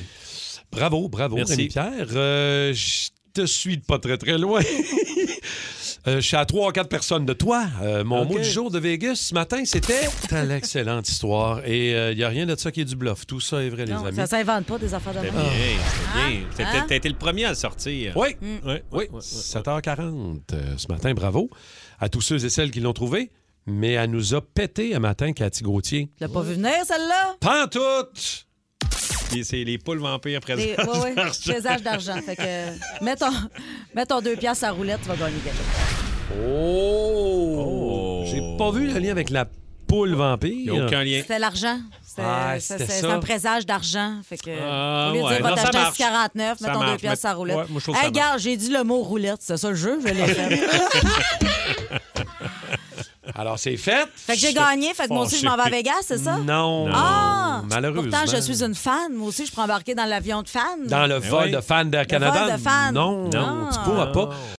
Bravo, bravo, Merci. Rémi-Pierre. Euh, je te suis de pas très, très loin. Euh, je suis à trois ou quatre personnes de toi. Euh, mon OK. mot du jour de Vegas ce matin, c'était T'as l'excellente histoire. Et il n'y a rien de ça qui est du bluff. Tout ça est vrai, les Non, amis. ça s'invente pas des affaires de C'était même. bien, c'était bien. T'as- Hein? T'as été le premier à le sortir. Oui, Mm. Ouais, oui. ouais, ouais. 7h40 euh, ce matin, bravo à tous ceux et celles qui l'ont trouvé. Mais elle nous a pété un matin, Cathy Gauthier. Tu l'as pas vu venir, celle-là? Pantoute! Et C'est les poules vampires Des, présentes. ouais, ouais, présage d'argent. Fait que euh, mets ton, mets ton deux piastres à roulette, tu vas gagner quelque chose. Oh! J'ai pas vu le lien avec la poule vampire. Il n'y a aucun lien. C'était l'argent. C'était Ah, c'est- c'était c'est- ça. c'est un présage d'argent. Fait que, Ah, au lieu de ouais. dire, va Non, ça t'acheter un marche. 49, mets Ça ton deux marche, piastres mais- à roulette. Ouais, moi, je trouve Hey, ça marche. regarde, j'ai dit le mot roulette. C'est ça le jeu, je l'ai fait. Alors, c'est fait. fait que j'ai gagné. Fait que moi aussi, je m'en vais à Vegas, c'est ça? Non, Ah! malheureusement. Pourtant, je suis une fan. Moi aussi, je peux embarquer dans l'avion de Eh fan. Dans le Ben vol oui. de fans d'Air Canada. vol de fans. Non, Non. tu pourras pas.